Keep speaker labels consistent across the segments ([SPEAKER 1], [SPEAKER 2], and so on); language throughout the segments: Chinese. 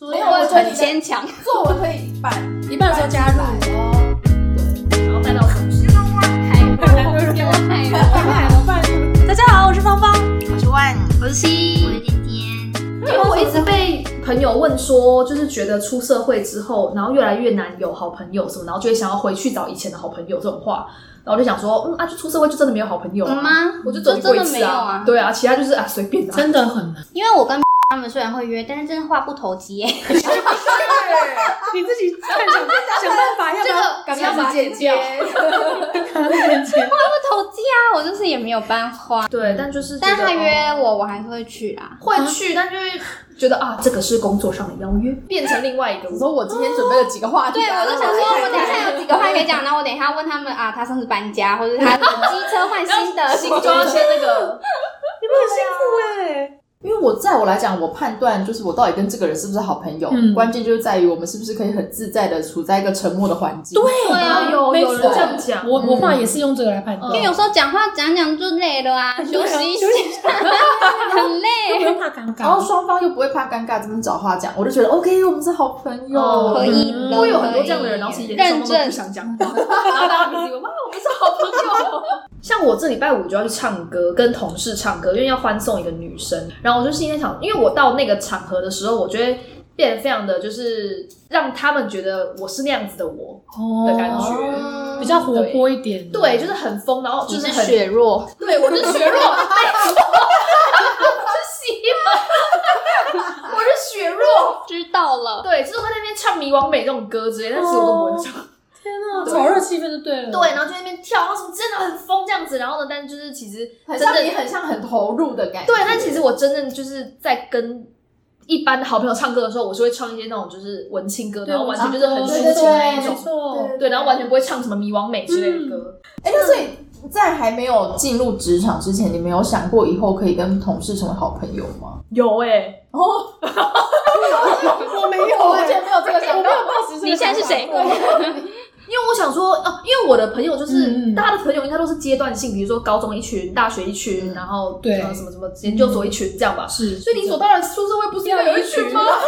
[SPEAKER 1] 文
[SPEAKER 2] 哎很
[SPEAKER 1] 先
[SPEAKER 2] 坚强。
[SPEAKER 1] 作文可以一半，
[SPEAKER 3] 一半的时候加入，
[SPEAKER 1] 哦，
[SPEAKER 3] 然后带到考试。
[SPEAKER 1] 还有半。
[SPEAKER 3] 大家好，我是芳芳。
[SPEAKER 4] 我是万，
[SPEAKER 2] 我是西，
[SPEAKER 5] 因为我一直被朋友问说，就是觉得出社会之后，然后越来越难有好朋友什么，然后就会想要回去找以前的好朋友这种话，然后我就想说，嗯啊，就出社会就真的没有好朋友、啊
[SPEAKER 2] 嗯吗？
[SPEAKER 5] 我就走过一次
[SPEAKER 2] 就真的没有啊
[SPEAKER 5] 对啊，其他就是啊随便啊，
[SPEAKER 3] 真的很难。
[SPEAKER 2] 因为我跟他们虽然会约，但是真的话不投机 耶。
[SPEAKER 3] 你自己看想想办法，要不要
[SPEAKER 5] 赶快把剪掉。
[SPEAKER 2] 不投机啊，我就是也没有办法。
[SPEAKER 5] 对，但就是觉得
[SPEAKER 2] 但他
[SPEAKER 5] 哦
[SPEAKER 2] 约我，我还是会去啦。
[SPEAKER 5] 会去，但就会觉得啊，这个是工作上的邀约，变成另外一个
[SPEAKER 1] 你
[SPEAKER 5] 我。
[SPEAKER 1] 说我今天准备了几个话题
[SPEAKER 2] 对，
[SPEAKER 1] 啊？
[SPEAKER 2] 我就想说，我等一下有几个话可以讲，然后我等一下问他们啊，他上次搬家，或者 他机车换新的，新
[SPEAKER 5] 就要签那 个，
[SPEAKER 1] 因为我在我来讲，我判断就是我到底跟这个人是不是好朋友，
[SPEAKER 3] 嗯
[SPEAKER 1] 关键就是在于我们是不是可以很自在的处在一个沉默的环境。对，
[SPEAKER 2] 对啊
[SPEAKER 5] 然后。哎有
[SPEAKER 3] 没
[SPEAKER 5] 有人
[SPEAKER 3] 错
[SPEAKER 5] 这样讲，
[SPEAKER 3] 我我话也是用这个来判断
[SPEAKER 2] 因
[SPEAKER 5] 嗯
[SPEAKER 2] 为。有时候讲话讲讲就累了啊，休息一下， 很
[SPEAKER 3] 不
[SPEAKER 2] 累。
[SPEAKER 3] 用怕尴
[SPEAKER 1] 然后
[SPEAKER 3] 尬，
[SPEAKER 1] 双方又不会怕尴尬，真的找话讲，我就觉得 OK，我们是好朋友。
[SPEAKER 5] 哦
[SPEAKER 2] 可以
[SPEAKER 3] 嗯
[SPEAKER 2] 的，
[SPEAKER 5] 我有很多这样的人，然后
[SPEAKER 2] 可
[SPEAKER 5] 其
[SPEAKER 2] 以
[SPEAKER 5] 实眼
[SPEAKER 2] 认
[SPEAKER 5] 睛都不
[SPEAKER 2] 证
[SPEAKER 5] 想讲话，然后大家彼此以为哇，我们是好朋友。 像我这礼拜五就要去唱歌，跟同事唱歌，因为要欢送一个女生。然后我就心里在想，因为我到那个场合的时候，我觉得变得非常的就是让他们觉得我是那样子的我，
[SPEAKER 3] 哦
[SPEAKER 5] 的感觉
[SPEAKER 3] 比较活泼一点。
[SPEAKER 5] 哦对，就是很疯，然后就是
[SPEAKER 2] 你
[SPEAKER 5] 很
[SPEAKER 2] 弱，
[SPEAKER 5] 对，我是血弱，没错，我是西门，我是血弱。
[SPEAKER 2] 知道了。
[SPEAKER 5] 对，就是会在那边唱《迷惘美》这种歌之类，但其实我都不会唱。
[SPEAKER 3] 天啊，炒热气氛就对了。
[SPEAKER 5] 对，然后就在那边跳，然后什么真的很疯这样子，然后呢，但就是其实
[SPEAKER 1] 很
[SPEAKER 5] 真
[SPEAKER 1] 像
[SPEAKER 5] 的
[SPEAKER 1] 你，很像很投入的感觉。
[SPEAKER 5] 对，但其实我真正就是在跟一般的好朋友唱歌的时候，我是会唱一些那种就是文青歌，
[SPEAKER 3] 对
[SPEAKER 5] 然后完全就是很
[SPEAKER 3] 文
[SPEAKER 5] 抒
[SPEAKER 3] 青
[SPEAKER 1] 歌
[SPEAKER 5] 情的那
[SPEAKER 1] 对
[SPEAKER 3] 没
[SPEAKER 5] 种，
[SPEAKER 3] 错，嗯
[SPEAKER 5] 对，然后完全不会唱什么迷惘美之类的歌。
[SPEAKER 1] 哎，那所以在还没有进入职场之前，你们有想过以后可以跟同事成为好朋友吗？
[SPEAKER 5] 有哎，
[SPEAKER 1] 哦，
[SPEAKER 3] 我没
[SPEAKER 1] 我完全没有这个想法。
[SPEAKER 2] 你现在是谁？
[SPEAKER 5] 因为我想说，哦，因为我的朋友就是、
[SPEAKER 3] 嗯嗯
[SPEAKER 5] 大家的朋友应该都是阶段性，比如说高中一群，大学一群，
[SPEAKER 1] 嗯
[SPEAKER 5] 然后
[SPEAKER 3] 对
[SPEAKER 5] 呃什么什么研究所一群这样吧。
[SPEAKER 3] 是，
[SPEAKER 5] 所以理所当然，宿舍会不是要有一群吗？
[SPEAKER 3] 啊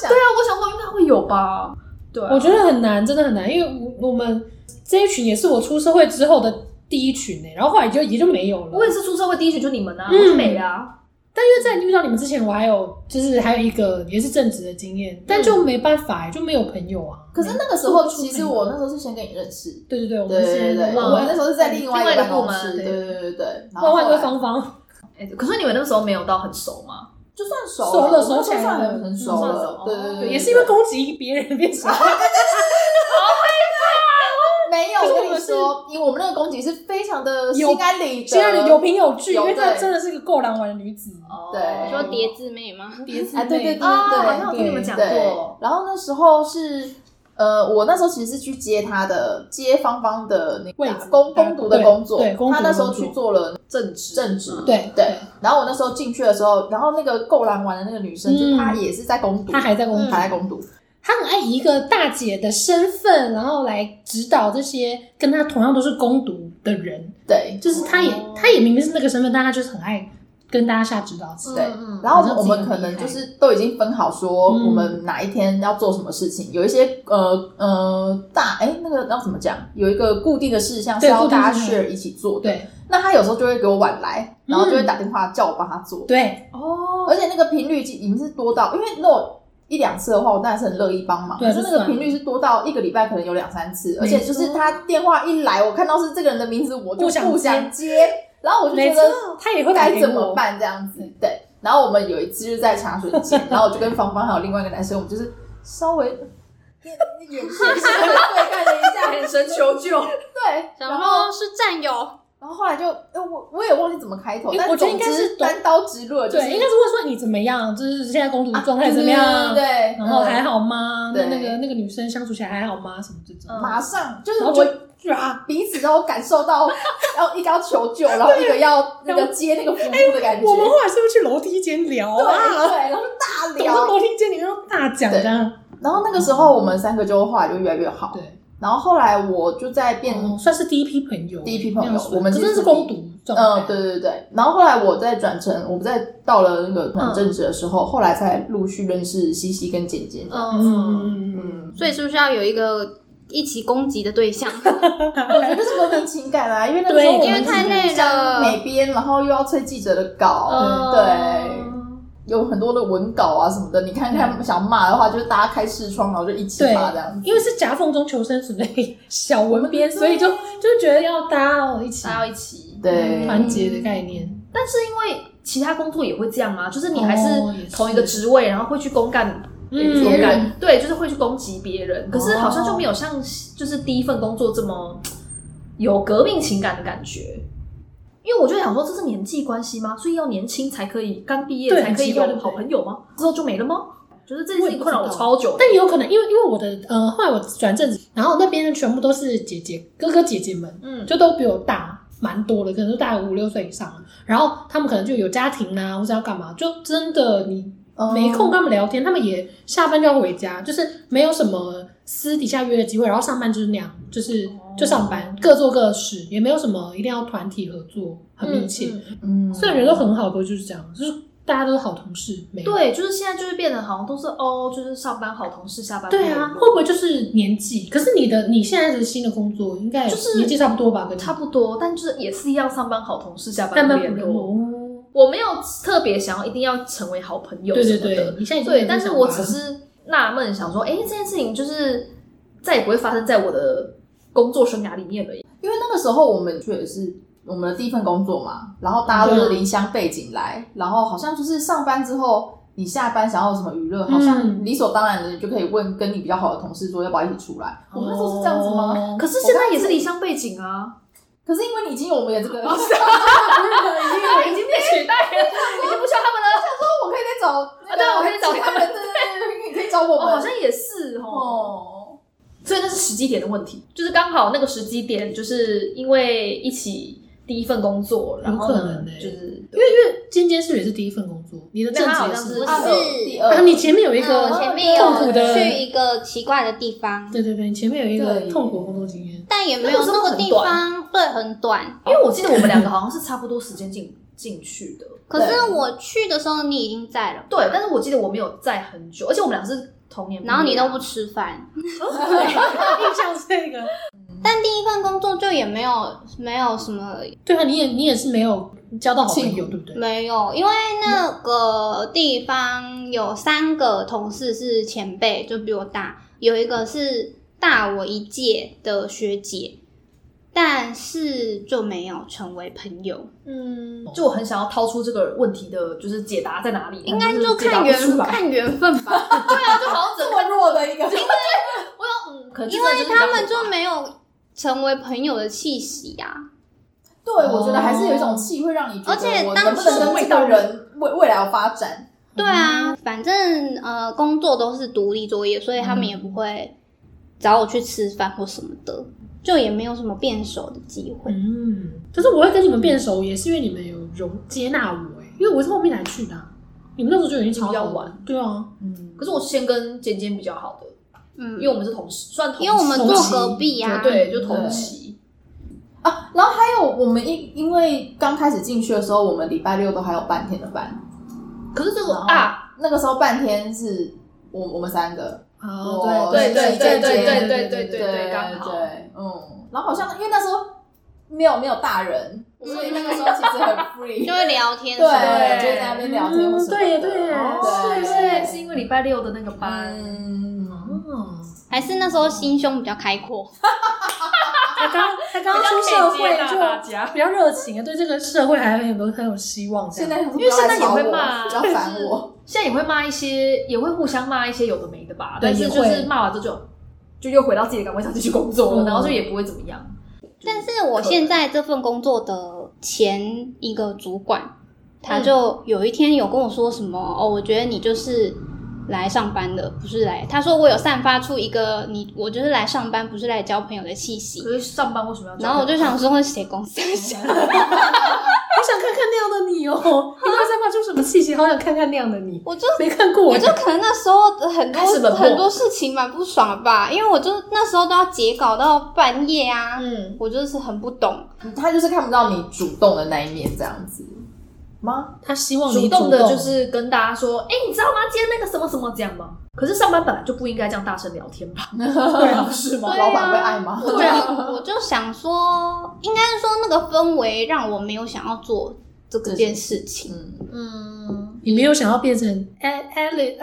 [SPEAKER 1] 想
[SPEAKER 5] 对啊，我想说应该会有吧。对、啊，
[SPEAKER 3] 我觉得很难，真的很难，因为我我们这一群也是我出社会之后的第一群欸呢、然后后来就也就没有了。
[SPEAKER 5] 我也是出社会第一群就你们啊，
[SPEAKER 3] 嗯
[SPEAKER 5] 我是美的啊。
[SPEAKER 3] 但因为在遇到你们之前，我还有就是还有一个也是正职的经验，但
[SPEAKER 5] 嗯
[SPEAKER 3] 就没办法、欸，就没有朋友啊。
[SPEAKER 1] 可是那个时候，其实我那时候是先跟你认识，
[SPEAKER 3] 对对对，我
[SPEAKER 1] 对
[SPEAKER 3] 们是嗯
[SPEAKER 1] 对对，
[SPEAKER 5] 我
[SPEAKER 1] 我
[SPEAKER 5] 们
[SPEAKER 1] 们那时候是在另外一个办公室，
[SPEAKER 5] 另
[SPEAKER 1] 对
[SPEAKER 3] 外一个部
[SPEAKER 1] 对
[SPEAKER 3] 门
[SPEAKER 1] 对对对。然后
[SPEAKER 3] 换换
[SPEAKER 1] 后
[SPEAKER 3] 个
[SPEAKER 1] 来
[SPEAKER 3] 方方，
[SPEAKER 5] 哎、可是你们那时候没有到很熟吗？
[SPEAKER 1] 就算熟
[SPEAKER 3] 熟
[SPEAKER 1] 了，
[SPEAKER 3] 了
[SPEAKER 1] 我们
[SPEAKER 3] 熟起来
[SPEAKER 1] 算
[SPEAKER 3] 了
[SPEAKER 1] 很很
[SPEAKER 3] 嗯哦
[SPEAKER 1] 熟
[SPEAKER 5] 算
[SPEAKER 1] 了
[SPEAKER 5] 熟，
[SPEAKER 1] 对对对，啊
[SPEAKER 3] 也是因为
[SPEAKER 1] 公
[SPEAKER 3] 攻击别人变成
[SPEAKER 1] 没有。
[SPEAKER 3] 可是
[SPEAKER 1] 我
[SPEAKER 3] 我
[SPEAKER 1] 跟你
[SPEAKER 3] 们是
[SPEAKER 1] 说，因为我们那个公敌是非常的
[SPEAKER 3] 有
[SPEAKER 1] 心安理得，
[SPEAKER 3] 现在的有凭有据，
[SPEAKER 1] 有
[SPEAKER 3] 因为她
[SPEAKER 1] 对
[SPEAKER 3] 真的是个够狼玩的女子。
[SPEAKER 5] 哦
[SPEAKER 1] 对
[SPEAKER 2] 说叠字妹吗？
[SPEAKER 3] 叠字
[SPEAKER 1] 哎对对
[SPEAKER 3] 妹
[SPEAKER 1] 对
[SPEAKER 5] 啊，
[SPEAKER 1] 对
[SPEAKER 5] 好像有听你们讲
[SPEAKER 1] 对
[SPEAKER 5] 过。
[SPEAKER 1] 然后那时候是，呃，我那时候其实是去接他的，接芳芳的那
[SPEAKER 3] 位
[SPEAKER 1] 个
[SPEAKER 3] 置
[SPEAKER 1] 工工读的工作，
[SPEAKER 3] 对攻读
[SPEAKER 1] 他那时候
[SPEAKER 3] 工作
[SPEAKER 1] 去做了
[SPEAKER 5] 正嗯直，
[SPEAKER 1] 正职，
[SPEAKER 3] 对
[SPEAKER 1] 对。然后我那时候进去的时候，然后那个够狼玩的那个女生，就
[SPEAKER 3] 嗯
[SPEAKER 1] 她也是在攻读，嗯
[SPEAKER 3] 她还在攻读
[SPEAKER 1] 还在攻读，
[SPEAKER 3] 她很爱以一个大姐的身份，然后来指导这些跟她同样都是攻读的人，
[SPEAKER 1] 对。
[SPEAKER 3] 就是她也
[SPEAKER 1] 哦
[SPEAKER 3] 她也明明是那个身份，但她就是很爱跟大家下指导词。
[SPEAKER 1] 对
[SPEAKER 5] 嗯
[SPEAKER 1] 然后我们我
[SPEAKER 3] 好像自己
[SPEAKER 1] 们
[SPEAKER 3] 很
[SPEAKER 1] 可能
[SPEAKER 3] 厉害
[SPEAKER 1] 就是都已经分好说，
[SPEAKER 3] 嗯
[SPEAKER 1] 我们哪一天要做什么事情。有一些呃呃大哎那个要怎么讲，有一个固定的事项是
[SPEAKER 3] 对
[SPEAKER 1] 要
[SPEAKER 3] 固定
[SPEAKER 1] 大家
[SPEAKER 3] 事项
[SPEAKER 1] share 一起做的。
[SPEAKER 3] 对
[SPEAKER 1] 那他有时候就会给我晚来，然后就会
[SPEAKER 3] 嗯
[SPEAKER 1] 打电话叫我帮他做。
[SPEAKER 3] 对
[SPEAKER 5] 哦，
[SPEAKER 1] 而且那个频率已经是多到，因为那我一两次的话，我当然是很乐意帮忙。
[SPEAKER 3] 对
[SPEAKER 1] 可是那
[SPEAKER 3] 就算
[SPEAKER 1] 个
[SPEAKER 3] 了
[SPEAKER 1] 频率是多到一个礼拜可能有两三次，而且
[SPEAKER 3] 没
[SPEAKER 1] 就是他电话一来，我看到是这个人的名字，我就
[SPEAKER 3] 不想
[SPEAKER 1] 不想接，然后我就觉得
[SPEAKER 3] 没错，她也会打
[SPEAKER 1] 该
[SPEAKER 3] 给
[SPEAKER 1] 怎么
[SPEAKER 3] 我。
[SPEAKER 1] 办这样子。对，然后我们有一次就是在茶水间，然后我就跟芳芳还有另外一个男生，我们就是稍 微眼神稍微对看了一 下，
[SPEAKER 5] 眼神求救，
[SPEAKER 1] 对，然
[SPEAKER 2] 然
[SPEAKER 1] 后
[SPEAKER 2] 后是战友，
[SPEAKER 1] 然后后来就，哎，我我也忘记怎么开头，
[SPEAKER 3] 因为
[SPEAKER 1] 但
[SPEAKER 3] 我觉
[SPEAKER 1] 总
[SPEAKER 3] 得应该
[SPEAKER 1] 之
[SPEAKER 3] 是
[SPEAKER 1] 单刀直入了，就
[SPEAKER 3] 对，应该是问说你怎么样，就是现在攻读的状态怎么
[SPEAKER 1] 啊
[SPEAKER 3] 样？
[SPEAKER 1] 对对对，
[SPEAKER 3] 然后
[SPEAKER 1] 嗯
[SPEAKER 3] 还好吗？那
[SPEAKER 1] 对嗯
[SPEAKER 3] 那个那个女生相处起来还好吗？什么这种，
[SPEAKER 1] 马上就是
[SPEAKER 3] 嗯然后就
[SPEAKER 1] 我
[SPEAKER 3] 啊，
[SPEAKER 1] 彼此都感受到，然后一个要求救，然后一个要那个接那个服务的感觉，
[SPEAKER 3] 哎我们后来是不是去楼梯间聊
[SPEAKER 1] 对
[SPEAKER 3] 啊？
[SPEAKER 1] 对，然后大
[SPEAKER 3] 走到
[SPEAKER 1] 聊。
[SPEAKER 3] 楼梯间里面大讲
[SPEAKER 1] 对
[SPEAKER 3] 的，
[SPEAKER 1] 然后那个时候我们三个就后来就越来越好，
[SPEAKER 3] 对，
[SPEAKER 1] 然后后来我就在变，
[SPEAKER 3] 嗯，算是第一批朋友，
[SPEAKER 1] 第一批朋友
[SPEAKER 3] 那样说
[SPEAKER 1] 我们
[SPEAKER 3] 可
[SPEAKER 1] 其实
[SPEAKER 3] 是是攻读状态，
[SPEAKER 1] 嗯，对对对。然后后来我再转成，我们在到了那个转正职的时候，后来才陆续认识西西跟简简。
[SPEAKER 5] 嗯，
[SPEAKER 3] 嗯，
[SPEAKER 1] 嗯，
[SPEAKER 2] 所以是不是要有一个一起攻击的对象？
[SPEAKER 1] 嗯我觉得是文明情感啊，因为那个时候我
[SPEAKER 3] 对
[SPEAKER 1] 们
[SPEAKER 2] 因为太累了
[SPEAKER 1] 美编，然后又要催记者的稿，
[SPEAKER 5] 嗯
[SPEAKER 1] 对，有很多的文稿啊什么的。你看看，想骂的话，就是大家开视窗，然后就一起
[SPEAKER 3] 对
[SPEAKER 1] 骂这样，子。
[SPEAKER 3] 因为是夹缝中求生存的小 文编，所以就就觉得要大家哦要一起
[SPEAKER 5] 大家要一起。嗯
[SPEAKER 1] 对，
[SPEAKER 3] 团结的概念，
[SPEAKER 5] 但是因为其他工作也会这样吗？就是你还是
[SPEAKER 3] 哦也是
[SPEAKER 5] 同一个职位，然后会去公干。也不是
[SPEAKER 3] 嗯
[SPEAKER 5] 公干，对，就是会去攻击别人。可是
[SPEAKER 1] 哦
[SPEAKER 5] 好像就没有像就是第一份工作这么有革命情感的感觉。因为我就想说，这是年纪关系吗？所以要年轻才可以，刚毕业
[SPEAKER 3] 对
[SPEAKER 5] 才可以
[SPEAKER 3] 很奇怪对
[SPEAKER 5] 有
[SPEAKER 3] 不对
[SPEAKER 5] 好朋友吗？之后就没了吗？就是这件事情困扰我超久的。
[SPEAKER 3] 但也有可能，因为因为我的呃，后来我转正职，然后那边全部都是姐姐、哥哥、姐姐们，
[SPEAKER 5] 嗯，
[SPEAKER 3] 就都比我大蛮多的，可能都大概五六岁以上了。然后他们可能就有家庭啊，或者要干嘛，就真的你
[SPEAKER 1] 哦
[SPEAKER 3] 没空跟他们聊天，他们也下班就要回家，就是没有什么私底下约的机会。然后上班就是那样，就是
[SPEAKER 5] 哦
[SPEAKER 3] 就上班，各做各的事，也没有什么一定要团体合作，很密切。
[SPEAKER 5] 嗯嗯
[SPEAKER 1] 嗯，
[SPEAKER 3] 虽然人都很好，不过就是这样，就是大家都是好同事，没有
[SPEAKER 5] 对，啊就是现在就是变得好像都是哦，就是上班好同事，下班
[SPEAKER 3] 对啊，
[SPEAKER 5] 好
[SPEAKER 3] 会不会就是年纪？可是你的你现在的新的工作应该也
[SPEAKER 5] 就是
[SPEAKER 3] 年纪差不多吧？跟你
[SPEAKER 5] 差不多，但就是也是一样上班好同事，下
[SPEAKER 3] 但
[SPEAKER 5] 班
[SPEAKER 3] 那
[SPEAKER 5] 不
[SPEAKER 3] 不
[SPEAKER 5] 联络。
[SPEAKER 3] 哦，
[SPEAKER 5] 我没有特别想要一定要成为好朋友
[SPEAKER 3] 对
[SPEAKER 5] 什
[SPEAKER 3] 对
[SPEAKER 5] 么的，
[SPEAKER 3] 对，你现在已经
[SPEAKER 5] 对，但是我只
[SPEAKER 3] 只是
[SPEAKER 5] 是纳闷，想说，哎、这件事情就是再也不会发生在我的工作生涯里面了耶。
[SPEAKER 1] 因为那个时候我们确实是我们的第一份工作嘛，然后大家都是离乡背景来，然后好像就是上班之后，你下班想要有什么娱乐，好像理所当然的你就可以问跟你比较好的同事说要不要一起出来。我们那时候是这样子吗？
[SPEAKER 5] 可是现在也是离乡背景啊，
[SPEAKER 1] 可是因为你已经有我们的这 个，我
[SPEAKER 5] 他
[SPEAKER 1] 啊
[SPEAKER 5] 啊们已经被取代了， 已经不需要他们 了。
[SPEAKER 1] 可以再找那个，
[SPEAKER 5] 对我可以找他们
[SPEAKER 1] 啊对对对，对你可以找我
[SPEAKER 5] 哦，
[SPEAKER 1] 们，
[SPEAKER 5] 好像也是哦，
[SPEAKER 1] 哦，
[SPEAKER 5] 所以那是时机点的问题，就是刚好那个时机点，就是因为一起第一份工作，然后
[SPEAKER 3] 有可
[SPEAKER 5] 呢
[SPEAKER 3] 能欸
[SPEAKER 5] 就是
[SPEAKER 3] 尖尖是不是也是第一份工作，你的正
[SPEAKER 5] 那他好
[SPEAKER 3] 职也
[SPEAKER 5] 像
[SPEAKER 3] 是
[SPEAKER 5] 是
[SPEAKER 1] 啊
[SPEAKER 2] 是
[SPEAKER 1] 第二
[SPEAKER 3] 啊， 你前面有一
[SPEAKER 2] 嗯
[SPEAKER 3] 个
[SPEAKER 2] 我前面
[SPEAKER 3] 痛苦
[SPEAKER 2] 有
[SPEAKER 3] 的，
[SPEAKER 2] 去一个奇怪的地方，
[SPEAKER 3] 对对对，你前面有一个
[SPEAKER 1] 对
[SPEAKER 3] 痛苦的工作经验，
[SPEAKER 2] 但也没有那个地方对很短。
[SPEAKER 5] 因为我记得我们两个好像是差不多时间进进去的，
[SPEAKER 2] 可是我去的时候你已经在了，
[SPEAKER 5] 对，但是我记得我没有在很久，而且我们俩是同年，
[SPEAKER 2] 然后你都不吃饭。
[SPEAKER 3] 印象是这个。
[SPEAKER 2] 但第一份工作就也没有没有什么
[SPEAKER 3] 对啊，你也你也是没有交到好朋友，对不对？
[SPEAKER 2] 没有，因为那个地方有三个同事是前辈，就比我大，有一个是大我一届的学姐，但是就没有成为朋友，
[SPEAKER 5] 嗯，就我很想要掏出这个问题的，就是解答在哪里？
[SPEAKER 2] 应该
[SPEAKER 5] 但是
[SPEAKER 2] 就
[SPEAKER 5] 解答
[SPEAKER 2] 看
[SPEAKER 5] 不出
[SPEAKER 2] 缘
[SPEAKER 5] 来
[SPEAKER 2] 看缘分吧，
[SPEAKER 5] 对，就好像整个，
[SPEAKER 1] 这么弱的一个，
[SPEAKER 5] 我想嗯，可能
[SPEAKER 2] 因为他们就没有成为朋友的气息啊呀、
[SPEAKER 1] 对我觉得还是有一种气会让你觉得
[SPEAKER 2] 而且
[SPEAKER 1] 我
[SPEAKER 2] 当
[SPEAKER 1] 能不能跟这个人未未来有发展，
[SPEAKER 2] 对啊，反正呃工作都是独立作业，所以他们也不会找我去吃饭或什么的，就也没有什么变熟的机会。
[SPEAKER 3] 嗯，可是我会跟你们变熟，也是因为你们有容接纳我、欸，因为我是后面才去的啊、你们那时候就已经超好了
[SPEAKER 5] 比较晚，
[SPEAKER 3] 对啊，
[SPEAKER 1] 嗯，
[SPEAKER 5] 可是我先跟尖尖比较好的，
[SPEAKER 2] 嗯
[SPEAKER 5] 因为我们是同事，算同期
[SPEAKER 2] 因为我们
[SPEAKER 3] 同
[SPEAKER 2] 坐
[SPEAKER 3] 期
[SPEAKER 2] 隔壁啊，
[SPEAKER 5] 对，就同期。
[SPEAKER 1] 啊，然后还有我们因因为刚开始进去的时候，我们礼拜六都还有半天的班，
[SPEAKER 5] 可是这个
[SPEAKER 1] 然后
[SPEAKER 5] 啊，
[SPEAKER 1] 那个时候半天是我我们三个，
[SPEAKER 3] 哦，
[SPEAKER 1] 对
[SPEAKER 3] 对
[SPEAKER 1] 对对对
[SPEAKER 5] 对对对对刚好
[SPEAKER 1] 对，嗯，然后好像因为那时候没有没有大人，所以那个时候其实很 free，
[SPEAKER 2] 就会聊天
[SPEAKER 1] 对，
[SPEAKER 2] 什么的。
[SPEAKER 1] 就在那边聊天或什么的，
[SPEAKER 3] 嗯对耶对耶
[SPEAKER 5] 哦对
[SPEAKER 1] 对
[SPEAKER 5] 对，是因为礼拜六的那个班，
[SPEAKER 1] 嗯，
[SPEAKER 3] 哦，
[SPEAKER 2] 还是那时候心胸比较开阔，
[SPEAKER 3] 他刚 他刚出社会就
[SPEAKER 5] 家。
[SPEAKER 3] 比较热情啊，对这个社会还很有很有希望这
[SPEAKER 1] 现
[SPEAKER 3] 样。
[SPEAKER 1] 在因
[SPEAKER 5] 因为现在也会骂，啊
[SPEAKER 1] 不要烦我，
[SPEAKER 5] 现在也会骂一些，也会互相骂一些有的没的吧。
[SPEAKER 3] 对
[SPEAKER 5] 但是就
[SPEAKER 3] 也
[SPEAKER 5] 是
[SPEAKER 3] 会
[SPEAKER 5] 骂完之后就，就又回到自己的岗位上继续工作了，
[SPEAKER 3] 嗯
[SPEAKER 5] 然后就也不会怎么样。
[SPEAKER 2] 但是我现在这份工作的前一个主管，他就有一天有跟我说什么、
[SPEAKER 5] 嗯
[SPEAKER 2] 哦，我觉得你就是来上班的，不是来。他说我有散发出一个你我就是来上班，不是来交朋友的气息。
[SPEAKER 5] 可是上班为什么要这样？
[SPEAKER 2] 然后我就想说，谁公司？
[SPEAKER 3] 我想看看那样的你哦，你到底在发出什么气息？好想看看那样的你，
[SPEAKER 2] 我就
[SPEAKER 3] 没看过
[SPEAKER 2] 我就可能那时候很
[SPEAKER 5] 开始冷
[SPEAKER 2] 多
[SPEAKER 5] 漠
[SPEAKER 2] 很多事情蛮不爽的吧，因为我就那时候都要截稿到半夜啊，
[SPEAKER 5] 嗯，
[SPEAKER 2] 我就是很不懂，
[SPEAKER 1] 他就是看不到你主动的那一面，这样子吗？
[SPEAKER 3] 他希望
[SPEAKER 5] 主
[SPEAKER 3] 你主
[SPEAKER 5] 动的就是跟大家说，哎、你知道吗？今天那个什么什么这样吗？可是上班本来就不应该这样大声聊天吧？
[SPEAKER 3] 对啊，是吗？
[SPEAKER 2] 对啊
[SPEAKER 1] 老板会爱吗？
[SPEAKER 2] 我 就我就想说，应该是说那个氛围让我没有想要做这个件事情。
[SPEAKER 1] 嗯，
[SPEAKER 5] 嗯
[SPEAKER 3] 你没有想要变成 Alice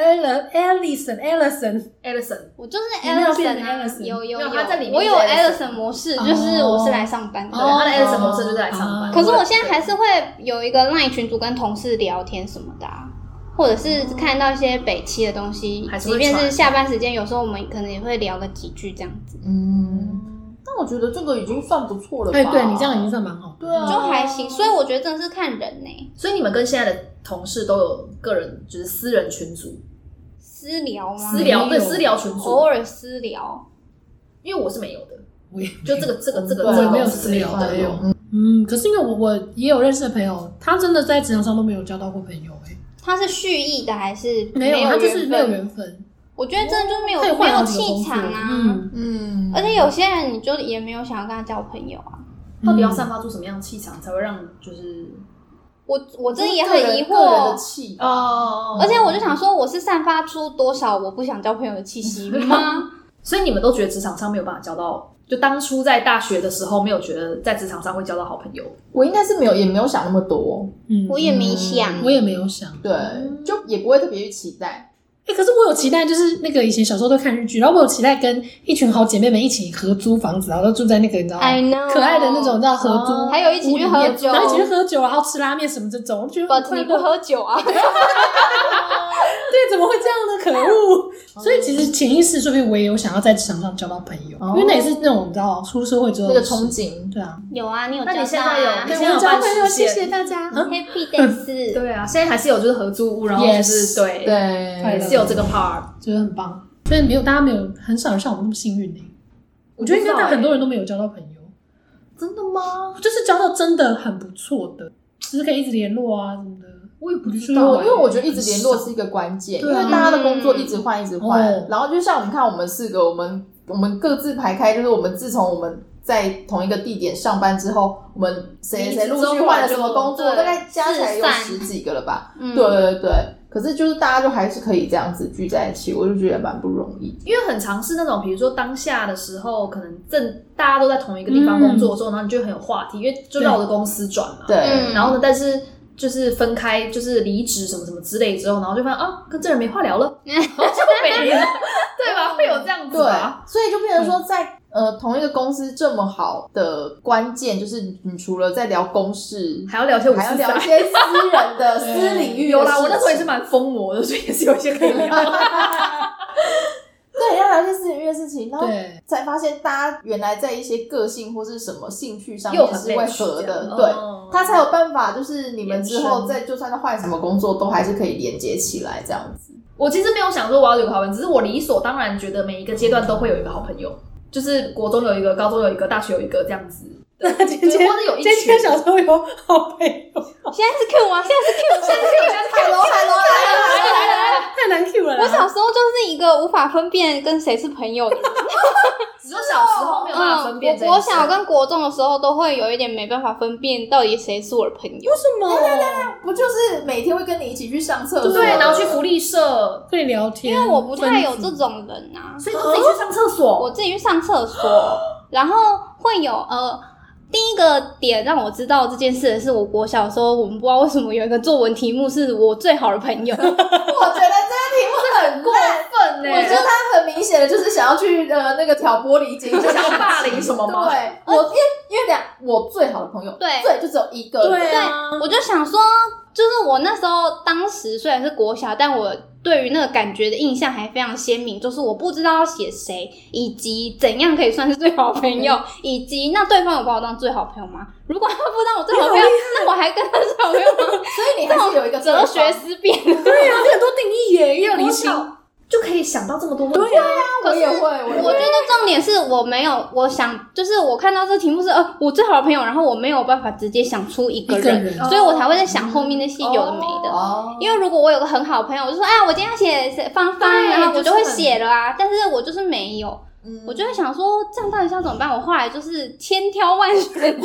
[SPEAKER 3] Alice Alison Alison，
[SPEAKER 5] ，Alison，
[SPEAKER 2] 我就是
[SPEAKER 3] 你没有变
[SPEAKER 2] Alison
[SPEAKER 3] 成
[SPEAKER 2] 啊，
[SPEAKER 3] Alison
[SPEAKER 2] 有有
[SPEAKER 5] 没有
[SPEAKER 2] 有，
[SPEAKER 5] 他在里面
[SPEAKER 2] 我有
[SPEAKER 5] 是 Alison
[SPEAKER 2] Alison 哦模式，就是我是来上班的。
[SPEAKER 5] 对，他的
[SPEAKER 3] 哦
[SPEAKER 5] Alison 模式就是来上班。
[SPEAKER 3] 哦
[SPEAKER 2] 可是我现在还是会有一个 line 群组跟同事聊天什么的、啊，或者是看到一些北七的东西
[SPEAKER 5] 还，是会
[SPEAKER 2] 即便
[SPEAKER 5] 传
[SPEAKER 2] 哦是下班时间，有时候我们可能也会聊个几句这样子，
[SPEAKER 1] 嗯，但我觉得这个已经算不错了吧？
[SPEAKER 3] 哎，对你这样已经算蛮好的。
[SPEAKER 1] 对啊，
[SPEAKER 2] 就还行。所以我觉得真的是看人欸呢、
[SPEAKER 5] 所以你们跟现在的同事都有个人就是私人群组，
[SPEAKER 2] 私聊吗？
[SPEAKER 5] 私聊
[SPEAKER 3] 没
[SPEAKER 5] 对
[SPEAKER 3] 有
[SPEAKER 5] 私聊群
[SPEAKER 2] 偶
[SPEAKER 5] 组，
[SPEAKER 2] 尔私聊，
[SPEAKER 5] 因为我是没有的，
[SPEAKER 3] 我也
[SPEAKER 5] 就这个这个这个
[SPEAKER 1] 对
[SPEAKER 5] 这
[SPEAKER 1] 啊
[SPEAKER 5] 个
[SPEAKER 1] 我也没有
[SPEAKER 5] 私聊
[SPEAKER 1] 私聊
[SPEAKER 5] 的。
[SPEAKER 1] 嗯
[SPEAKER 3] 嗯，可是因为我我也有认识的朋友，他真的在职场上都没有交到过朋友哎、
[SPEAKER 2] 他是蓄意的还是
[SPEAKER 3] 没有，
[SPEAKER 2] 有？
[SPEAKER 3] 他就是没有。缘分，
[SPEAKER 2] 我觉得真的就是没有
[SPEAKER 3] 他也
[SPEAKER 2] 没
[SPEAKER 3] 换了
[SPEAKER 2] 有
[SPEAKER 3] 好几个
[SPEAKER 2] 气
[SPEAKER 3] 工作
[SPEAKER 2] 场啊。
[SPEAKER 3] 嗯，
[SPEAKER 1] 嗯，
[SPEAKER 2] 而且有些人你就也没有想要跟他交朋友啊。
[SPEAKER 5] 到底要散发出什么样的气场才会让就是
[SPEAKER 2] 我我
[SPEAKER 1] 这
[SPEAKER 2] 真的也很疑
[SPEAKER 1] 个人的
[SPEAKER 2] 惑，
[SPEAKER 1] 气，
[SPEAKER 5] 哦
[SPEAKER 2] 而且我就想说，我是散发出多少我不想交朋友的气息吗？
[SPEAKER 3] 嗯
[SPEAKER 5] 所以你们都觉得职场上没有办法交到，就当初在大学的时候没有觉得在职场上会交到好朋友。
[SPEAKER 1] 我应该是没有，也没有想那么多，
[SPEAKER 3] 嗯，
[SPEAKER 2] 我也没想，
[SPEAKER 3] 我也没有想，
[SPEAKER 1] 对，就也不会特别去期待。
[SPEAKER 3] 哎、可是我有期待，就是那个以前小时候都看日剧，然后我有期待跟一群好姐妹们一起合租房子，然后都住在那个你知道吗
[SPEAKER 2] I know
[SPEAKER 3] 可爱的那种，叫合租，
[SPEAKER 2] 哎哦还有一起去喝酒
[SPEAKER 3] 然后一起去喝酒，然后吃拉面什么这种，我觉得很
[SPEAKER 2] But
[SPEAKER 3] 快
[SPEAKER 2] 你
[SPEAKER 3] 乐
[SPEAKER 2] 不喝酒啊？
[SPEAKER 3] 对，怎么会这样呢？可恶！所以其实潜意识说不定我也有想要在职场上交到朋友，
[SPEAKER 1] 哦
[SPEAKER 3] 因为那也是那种你知道出社会之后
[SPEAKER 1] 那
[SPEAKER 3] 的
[SPEAKER 1] 个
[SPEAKER 3] 事
[SPEAKER 1] 憧。憬，
[SPEAKER 3] 对啊，
[SPEAKER 2] 有啊，你有
[SPEAKER 5] 那你
[SPEAKER 2] 交
[SPEAKER 5] 现
[SPEAKER 2] 到
[SPEAKER 5] 在有
[SPEAKER 2] 啊
[SPEAKER 5] 你现
[SPEAKER 3] 对
[SPEAKER 5] 在
[SPEAKER 3] 我
[SPEAKER 5] 有
[SPEAKER 3] 交
[SPEAKER 5] 办
[SPEAKER 3] 朋友，
[SPEAKER 5] 实
[SPEAKER 3] 谢
[SPEAKER 5] 现
[SPEAKER 3] 谢大家。嗯
[SPEAKER 2] 你 happy dance，
[SPEAKER 5] 对啊，现在还是有就是合租屋，然后
[SPEAKER 3] Yes
[SPEAKER 5] 就是对
[SPEAKER 3] 快
[SPEAKER 5] 还
[SPEAKER 1] 对
[SPEAKER 3] 乐
[SPEAKER 5] 是有这个 part。
[SPEAKER 3] 觉得很棒。所以没有大家没有很少人像我们那么幸运呢、欸我觉得应该大很多人都没有交到朋友，
[SPEAKER 5] 真的吗？
[SPEAKER 3] 哦就是交到真的很不错的，只是可以一直联络啊什么的。
[SPEAKER 5] 我也不
[SPEAKER 3] 知
[SPEAKER 1] 因为
[SPEAKER 3] 道欸
[SPEAKER 1] 我因为我觉得一直联络是一个关键，因
[SPEAKER 3] 对
[SPEAKER 1] 为
[SPEAKER 3] 啊
[SPEAKER 1] 大家的工作一直换一直
[SPEAKER 3] 哦
[SPEAKER 1] 换，然后就像我们看我们四个，我们我们各自排开，就是我们自从我们在同一个地点上班之后，我们谁谁陆续换了什么工作，
[SPEAKER 2] 对
[SPEAKER 1] 大概加起来有
[SPEAKER 2] 四散
[SPEAKER 1] 十几个了吧？
[SPEAKER 2] 嗯
[SPEAKER 1] 对对对，可是就是大家就还是可以这样子聚在一起，我就觉得蛮不容易。
[SPEAKER 5] 因为很常是那种，比如说当下的时候，可能正大家都在同一个地方工作的时候，然后你就很有话题，因为就绕着公司转嘛。
[SPEAKER 1] 对，
[SPEAKER 2] 嗯
[SPEAKER 5] 然后呢，但是就是分开，就是离职什么什么之类之后，然后就发现啊，跟这人没话 聊了，然后就没了，对吧？会有这样子
[SPEAKER 1] 对
[SPEAKER 5] 吧？，
[SPEAKER 1] 所以就变成说在。呃，同一个公司这么好的关键，就是你除了在聊公事，
[SPEAKER 5] 还要聊一些五
[SPEAKER 1] 还要
[SPEAKER 5] 四
[SPEAKER 1] 聊
[SPEAKER 5] 三
[SPEAKER 1] 一。些私人 的、私领域的
[SPEAKER 5] 有啦，我
[SPEAKER 1] 事
[SPEAKER 5] 那时候也是
[SPEAKER 1] 情
[SPEAKER 5] 蛮疯魔的，所以也是有一些可以 聊。
[SPEAKER 1] 对，要聊一些私领域的事情，然后
[SPEAKER 3] 对，
[SPEAKER 1] 才发现大家原来在一些个性或是什么兴趣上
[SPEAKER 5] 又
[SPEAKER 1] 面
[SPEAKER 5] 很
[SPEAKER 1] 是会
[SPEAKER 5] match
[SPEAKER 1] 合
[SPEAKER 5] 这样
[SPEAKER 1] 的，对，
[SPEAKER 5] 哦
[SPEAKER 1] 他才有办法，就是你们之
[SPEAKER 5] 延
[SPEAKER 1] 后
[SPEAKER 5] 伸
[SPEAKER 1] 再就算是换什么工作，都还是可以连接起来这样子。
[SPEAKER 5] 我其实没有想说我要有个好朋友，只是我理所当然觉得每一个阶段都会有一个好朋友，就是国中有一个，高中有一个，大学有一个这样子。
[SPEAKER 3] 今
[SPEAKER 5] 对
[SPEAKER 3] 天
[SPEAKER 5] 或者有一
[SPEAKER 3] 今
[SPEAKER 5] 群
[SPEAKER 3] 天小时候有好朋友，
[SPEAKER 2] 现在是 Q 吗？现在是 Q，现在是 Q。
[SPEAKER 1] 海龙，海龙，海龙，
[SPEAKER 3] 太难 Q 了 啦。
[SPEAKER 2] 我小时候就是一个无法分辨跟谁是朋友的人。
[SPEAKER 5] 只说小时候没有办法分辨
[SPEAKER 2] 嗯，
[SPEAKER 5] 这
[SPEAKER 2] 我国
[SPEAKER 5] 件事。
[SPEAKER 2] 小跟国中的时候都会有一点没办法分辨到底谁是我的朋友。
[SPEAKER 3] 为什么
[SPEAKER 1] 不就是每天会跟你一起去上厕所？
[SPEAKER 5] 对，然后去福利社，
[SPEAKER 3] 可以聊天？
[SPEAKER 2] 因为我不太有
[SPEAKER 3] 分
[SPEAKER 2] 这
[SPEAKER 3] 组
[SPEAKER 2] 种人啊，
[SPEAKER 5] 所以你就自己去上厕所。
[SPEAKER 1] 啊
[SPEAKER 2] 我自己去上厕所，然后会有呃，第一个点让我知道这件事的是，我国小的时候，我们不知道为什么有一个作文题目是我最好的朋友，
[SPEAKER 1] 我觉得这个题目很过
[SPEAKER 5] 分呢
[SPEAKER 1] 我觉得他很明显的就是想要去呃那个挑拨离 间，
[SPEAKER 5] 就想要霸凌什么吗
[SPEAKER 1] 对，我因为因为两我最好的朋友，
[SPEAKER 2] 对
[SPEAKER 1] 最就只有一个，
[SPEAKER 3] 对啊
[SPEAKER 2] 我就想说，就是我那时候当时虽然是国小，但我对于那个感觉的印象还非常鲜明，就是我不知道要写谁，以及怎样可以算是最好朋友，以及那对方有把我当最好朋友吗？如果他不当我最好朋友，那我还跟他最好 朋友吗？
[SPEAKER 1] 所以你还是有一个
[SPEAKER 2] 哲学思辨。
[SPEAKER 3] 啊对呀，这很多定义耶，也有
[SPEAKER 5] 国
[SPEAKER 3] 离心。
[SPEAKER 5] 小就可以想到这么多问题。对呀、
[SPEAKER 1] 啊我也会，我也
[SPEAKER 2] 我觉
[SPEAKER 1] 会。
[SPEAKER 2] 得重点是我没有，我想就是我看到这题目是呃我最好的朋友，然后我没有办法直接想出一个
[SPEAKER 3] 一个
[SPEAKER 2] 人，
[SPEAKER 3] 人
[SPEAKER 5] 哦
[SPEAKER 2] 所以我才会在想后面那些有的没的。
[SPEAKER 1] 哦，
[SPEAKER 2] 因为如果我有个很好的朋友，我就说，哎呀，我今天要写谁芳芳，
[SPEAKER 5] 对
[SPEAKER 2] 然后我
[SPEAKER 5] 就是
[SPEAKER 2] 就会
[SPEAKER 5] 很
[SPEAKER 2] 写了啊。但是我就是没有，
[SPEAKER 1] 嗯
[SPEAKER 2] 我就会想说，这样到底是要怎么办？我后来就是千挑万选，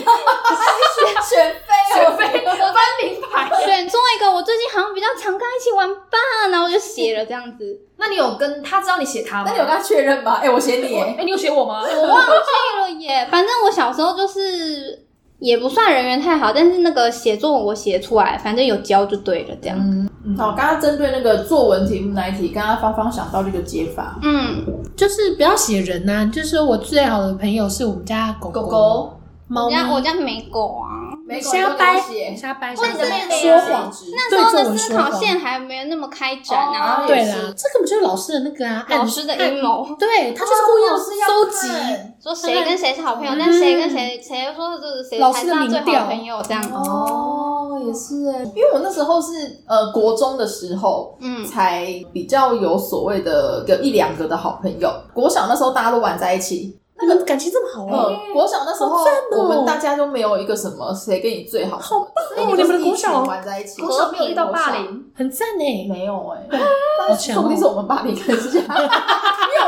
[SPEAKER 1] 选妃哦，
[SPEAKER 5] 选妃翻名牌。
[SPEAKER 2] 选中一个我最近好像比较常跟他一起玩伴，然后我就写了这样子。
[SPEAKER 5] 那你有跟他知道你写他吗？
[SPEAKER 1] 那你有跟他确认吗？哎、我写你、
[SPEAKER 5] 哎、你有写我吗？
[SPEAKER 2] 我忘记了耶，反正我小时候就是也不算人缘太好，但是那个写作文我写出来，反正有交就对了，这样。
[SPEAKER 1] 嗯，好，刚刚针对那个作文题目那一题，刚刚芳芳想到这个解法，
[SPEAKER 2] 嗯，
[SPEAKER 3] 就是不要写人呐、就是说我最好的朋友是我们家狗
[SPEAKER 5] 狗狗，
[SPEAKER 3] 猫
[SPEAKER 2] 我
[SPEAKER 3] 咪，
[SPEAKER 2] 家我家没狗啊，
[SPEAKER 1] 没关系
[SPEAKER 3] 瞎
[SPEAKER 1] 都给
[SPEAKER 3] 掰
[SPEAKER 1] 我写，
[SPEAKER 3] 瞎掰，
[SPEAKER 2] 或者
[SPEAKER 3] 瞎掰
[SPEAKER 2] 是
[SPEAKER 3] 说
[SPEAKER 5] 那
[SPEAKER 3] 谎，
[SPEAKER 2] 那
[SPEAKER 3] 对
[SPEAKER 2] 时候
[SPEAKER 3] 作
[SPEAKER 2] 的
[SPEAKER 3] 文
[SPEAKER 2] 思
[SPEAKER 3] 说
[SPEAKER 2] 考
[SPEAKER 3] 谎
[SPEAKER 2] 线还没那么开展啊。
[SPEAKER 1] 哦
[SPEAKER 3] 对
[SPEAKER 1] 也
[SPEAKER 3] 啦
[SPEAKER 1] 是，
[SPEAKER 3] 这根本就是老师的那个啊，
[SPEAKER 2] 老
[SPEAKER 3] 暗
[SPEAKER 2] 师的阴谋，
[SPEAKER 3] 对他就是故意要搜集，
[SPEAKER 2] 说谁跟谁是好朋友，
[SPEAKER 3] 嗯
[SPEAKER 2] 但谁跟谁谁说是谁
[SPEAKER 3] 老
[SPEAKER 2] 才
[SPEAKER 3] 师
[SPEAKER 2] 是
[SPEAKER 3] 的
[SPEAKER 2] 他
[SPEAKER 3] 民
[SPEAKER 2] 最
[SPEAKER 3] 调
[SPEAKER 2] 好的朋友这样。
[SPEAKER 1] 哦，也是哎，因为我那时候是呃国中的时候。
[SPEAKER 2] 嗯，
[SPEAKER 1] 才比较有所谓的个一两个的好朋友，国小那时候大家都玩在一起，
[SPEAKER 3] 你们感情这么好啊？
[SPEAKER 1] 嗯，国小那时候
[SPEAKER 3] 好赞哦
[SPEAKER 1] 我们大家都没有一个什么谁跟你最好，
[SPEAKER 3] 好棒
[SPEAKER 1] 所以就
[SPEAKER 3] 哦！你们
[SPEAKER 1] 是
[SPEAKER 3] 的国
[SPEAKER 1] 一群
[SPEAKER 3] 小
[SPEAKER 1] 玩在一起，
[SPEAKER 5] 国小没有遇到霸凌，
[SPEAKER 3] 很赞呢，
[SPEAKER 1] 没有哎、
[SPEAKER 3] 好
[SPEAKER 1] 但是
[SPEAKER 3] 强
[SPEAKER 1] 说
[SPEAKER 3] 哦
[SPEAKER 1] 不定是我们霸凌人家， 因为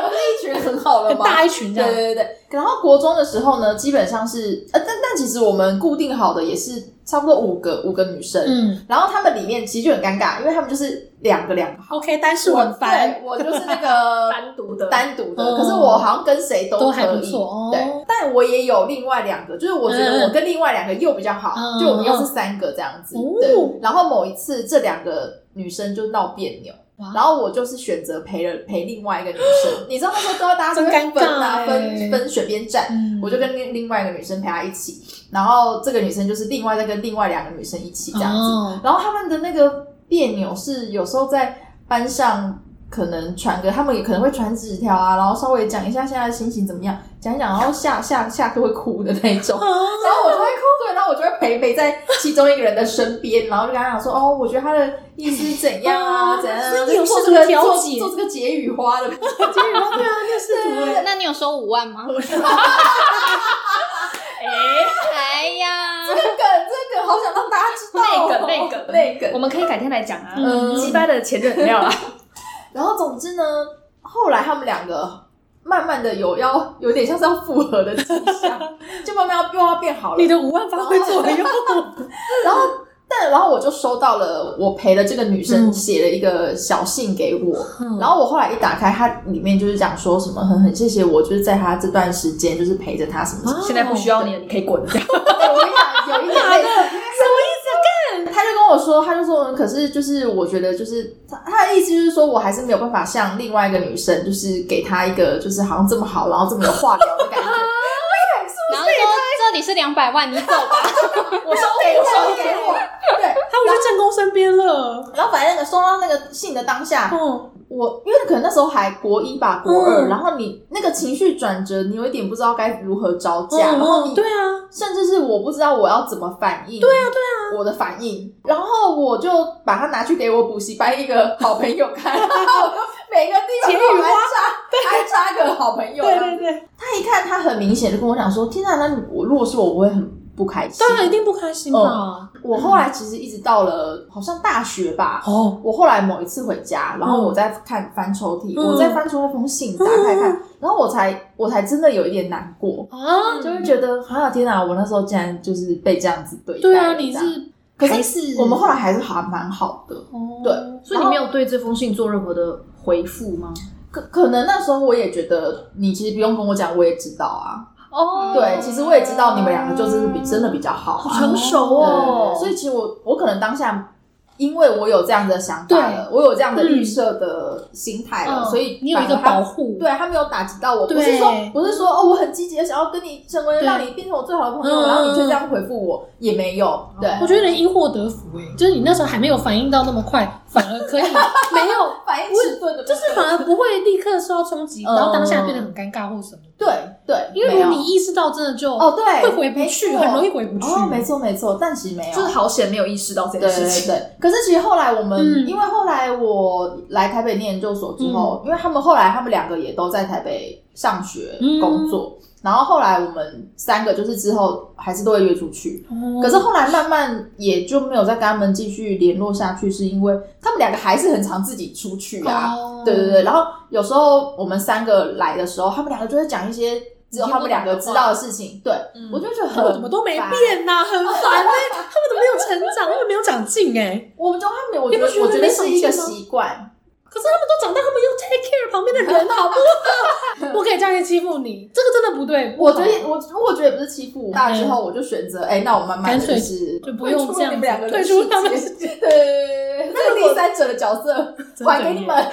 [SPEAKER 1] 我们那一群很好了
[SPEAKER 3] 很
[SPEAKER 1] 嘛。
[SPEAKER 3] 大一群这
[SPEAKER 1] 对
[SPEAKER 3] 样，
[SPEAKER 1] 对对，然后国中的时候呢，基本上是呃，但但其实我们固定好的也是差不多五个五个女生，
[SPEAKER 3] 嗯
[SPEAKER 1] 然后她们里面其实就很尴尬，因为她们就是两个两个，
[SPEAKER 3] ，OK，单是我很烦，
[SPEAKER 1] 对我就是那 个
[SPEAKER 5] 单独的，
[SPEAKER 1] 单独的，
[SPEAKER 3] 嗯
[SPEAKER 1] 可是我好像跟谁都
[SPEAKER 3] 都
[SPEAKER 1] 可
[SPEAKER 3] 还不
[SPEAKER 1] 以
[SPEAKER 3] 错哦
[SPEAKER 1] 对，但我也有另外两个，就是我觉得我跟另外两个又比较好，
[SPEAKER 3] 嗯
[SPEAKER 1] 就我们又是三个这样子。
[SPEAKER 3] 哦
[SPEAKER 1] 对，然后某一次这两个女生就闹别扭
[SPEAKER 3] 哇。
[SPEAKER 1] 然后我就是选择陪了陪另外一个女 生，你知道那时候都要大家都会
[SPEAKER 3] 真尴
[SPEAKER 1] 分啊，
[SPEAKER 3] 尬欸
[SPEAKER 1] 分分选边站，
[SPEAKER 3] 嗯
[SPEAKER 1] 我就跟另另外一个女生陪她一起，然后这个女生就是另外再跟另外两个女生一起这样子，
[SPEAKER 3] 哦，
[SPEAKER 1] 然后他们的那个别扭是有时候在班上可能传个，他们也可能会传纸条啊，然后稍微讲一下现在心情怎么样，讲一讲，然后下 下下课会哭的那一种。
[SPEAKER 3] 啊
[SPEAKER 1] 然后我就会哭，对，然后我就会陪陪在其中一个人的身边，然后就跟他讲说，哦，我觉得他的意思是怎样 啊，
[SPEAKER 3] 哦
[SPEAKER 1] 怎样、啊，
[SPEAKER 3] 所以你有
[SPEAKER 1] 做
[SPEAKER 3] 试
[SPEAKER 1] 这
[SPEAKER 3] 图
[SPEAKER 1] 个
[SPEAKER 3] 调
[SPEAKER 1] 做
[SPEAKER 3] 解
[SPEAKER 1] 做这个解语花 的，
[SPEAKER 3] 结果对啊，那是图
[SPEAKER 1] 嗯
[SPEAKER 3] 哎，
[SPEAKER 2] 那你有收五万吗？
[SPEAKER 5] 哎，
[SPEAKER 2] 哎呀，
[SPEAKER 1] 这个这个好想让大家知道、
[SPEAKER 5] 那
[SPEAKER 1] 哦，
[SPEAKER 5] 个那个
[SPEAKER 1] 那个
[SPEAKER 5] 我，们可以改天来讲啊，
[SPEAKER 3] 嗯
[SPEAKER 5] 击败的前任饮料 啊，
[SPEAKER 1] 然后总之呢，后来他们两个慢慢的有要有点像是要复合的迹 象，就慢慢要又要变好了
[SPEAKER 3] 你。的五万发挥作用，
[SPEAKER 1] 然后但然后我就收到了我陪了这个女生
[SPEAKER 3] 嗯
[SPEAKER 1] 写了一个小信给我，
[SPEAKER 3] 嗯
[SPEAKER 1] 然后我后来一打开，它里面就是讲说什么很很谢谢我，就是在她这段时间就是陪着她什么什么。
[SPEAKER 3] 哦
[SPEAKER 5] 现在不需要你了，你可以滚。
[SPEAKER 1] 我跟你讲，有一点类似，什么意思？干？他就跟我说，他就说，嗯可是就是我觉得就是他他的意思就是说我还是没有办法像另外一个女生，就是给她一个就是好像这么好，然后这么有话聊的感觉。
[SPEAKER 2] 然后就说这里是两百万，你走吧。
[SPEAKER 1] 我说给我，给我。对，
[SPEAKER 3] 他们就正宫身边了，
[SPEAKER 1] 然后反正那个收到那个信的当下，
[SPEAKER 3] 哦，
[SPEAKER 1] 我因为可能那时候还国一吧，国二，
[SPEAKER 3] 嗯
[SPEAKER 1] 然后你那个情绪转折，你有一点不知道该如何招架，然后
[SPEAKER 3] 嗯，
[SPEAKER 1] 你
[SPEAKER 3] 对啊，
[SPEAKER 1] 甚至是我不知道我要怎么反应。对啊，对啊，我的反应，然后我就把它拿去给我补习班一个好朋友 看，然后我就每个地方
[SPEAKER 3] 解语
[SPEAKER 1] 都
[SPEAKER 3] 花
[SPEAKER 1] 安插安插个好朋友。
[SPEAKER 3] 对对对，
[SPEAKER 1] 他一看，他很明显就跟我讲说：“天啊，那你我如果是我，我会很不开心。”
[SPEAKER 3] 当然一定不开心吧，
[SPEAKER 1] 我后来其实一直到了好像大学吧。
[SPEAKER 3] 哦，
[SPEAKER 1] 我后来某一次回家，然后我在看翻抽屉，
[SPEAKER 3] 嗯
[SPEAKER 1] 我在翻出那封信，打开看，然后我才我才真的有一点难过，
[SPEAKER 3] 啊，
[SPEAKER 1] 就会觉得啊天哪，我那时候竟然就是被这样子对待。
[SPEAKER 3] 对啊，你
[SPEAKER 1] 这样
[SPEAKER 3] 是
[SPEAKER 1] 可是
[SPEAKER 3] 还是
[SPEAKER 1] 我们后来还是还蛮好的。
[SPEAKER 3] 哦
[SPEAKER 1] 对
[SPEAKER 5] 所以你没有对这封信做任何的回复吗？
[SPEAKER 1] 可可能那时候我也觉得你其实不用跟我讲，我也知道啊。
[SPEAKER 5] 哦
[SPEAKER 1] 对，其实我也知道你们两个就是比真的比较好啊。
[SPEAKER 5] 成熟
[SPEAKER 1] 哦
[SPEAKER 5] 哦，，
[SPEAKER 1] 所以其实我我可能当下，因为我有这样的想法了，我有这样的预设的心态了，
[SPEAKER 5] 嗯
[SPEAKER 1] 所以
[SPEAKER 3] 你有一个
[SPEAKER 1] 反而他
[SPEAKER 3] 保护，
[SPEAKER 1] 对他没有打击到我，不
[SPEAKER 3] 对
[SPEAKER 1] 是说不是说哦，我很积极的想要跟你成为，
[SPEAKER 3] 对
[SPEAKER 1] 让你变成我最好的朋友，
[SPEAKER 3] 嗯
[SPEAKER 1] 然后你却这样回复我，也没有。对，
[SPEAKER 3] 我觉得人因祸得欸福哎，就是你那时候还没有反应到那么快，反而可以 没有，
[SPEAKER 1] 反应迟钝的部分，
[SPEAKER 3] 就是反而不会立刻受到冲击，然后当下变得很尴尬或什么。
[SPEAKER 1] 对对，
[SPEAKER 3] 因为
[SPEAKER 1] 没
[SPEAKER 3] 如
[SPEAKER 1] 有
[SPEAKER 3] 果你意识到，真的就
[SPEAKER 1] 哦对
[SPEAKER 3] 会回不去，
[SPEAKER 1] 没错
[SPEAKER 3] 很容易回不去。
[SPEAKER 1] 哦，没错没错，但其实没有，
[SPEAKER 5] 就是好险没有意识到这件
[SPEAKER 1] 对对
[SPEAKER 5] 事
[SPEAKER 1] 对
[SPEAKER 5] 情。
[SPEAKER 1] 对，可是其实后来我们，
[SPEAKER 3] 嗯
[SPEAKER 1] 因为后来我来台北念研究所之后，因为他们后来他们两个也都在台北上学
[SPEAKER 3] 嗯
[SPEAKER 1] 工作，然后后来我们三个就是之后还是都会约出去，
[SPEAKER 3] 哦
[SPEAKER 1] 可是后来慢慢也就没有再跟他们继续联络下去，是因为他们两个还是很常自己出去啊，
[SPEAKER 3] 哦
[SPEAKER 1] 对对对，然后有时候我们三个来的时候，他们两个就会讲一些只有他们两个知道的事情，对、
[SPEAKER 5] 嗯
[SPEAKER 1] 我就觉得
[SPEAKER 3] 他
[SPEAKER 1] 很
[SPEAKER 3] 们怎么都没
[SPEAKER 1] 烦
[SPEAKER 3] 变呐、很烦哎、他们怎么没有成长，他们没有长进哎、
[SPEAKER 1] 我们就他们，我
[SPEAKER 3] 你
[SPEAKER 1] 觉
[SPEAKER 3] 不
[SPEAKER 1] 得
[SPEAKER 3] 觉得
[SPEAKER 1] 我觉得
[SPEAKER 3] 没长
[SPEAKER 1] 是一个
[SPEAKER 3] 进吗
[SPEAKER 1] 习惯，
[SPEAKER 3] 可是他们都长大，他们要 take care 旁边的人，好不好？不可以这样去欺负你，这个真的不对。不
[SPEAKER 1] 我
[SPEAKER 3] 好
[SPEAKER 1] 觉得我我觉得也不是欺负我，大之后我就选择，哎、那我慢慢
[SPEAKER 3] 嗯干
[SPEAKER 1] 的就
[SPEAKER 3] 脆
[SPEAKER 1] 是
[SPEAKER 3] 就不用
[SPEAKER 1] 退出
[SPEAKER 3] 这样
[SPEAKER 1] 你们两个
[SPEAKER 3] 退
[SPEAKER 1] 人
[SPEAKER 3] 出
[SPEAKER 1] 世
[SPEAKER 3] 他们
[SPEAKER 1] 界
[SPEAKER 3] 世界
[SPEAKER 1] 对对对对对，这个第三者的角色
[SPEAKER 3] 真的
[SPEAKER 1] 还给你们，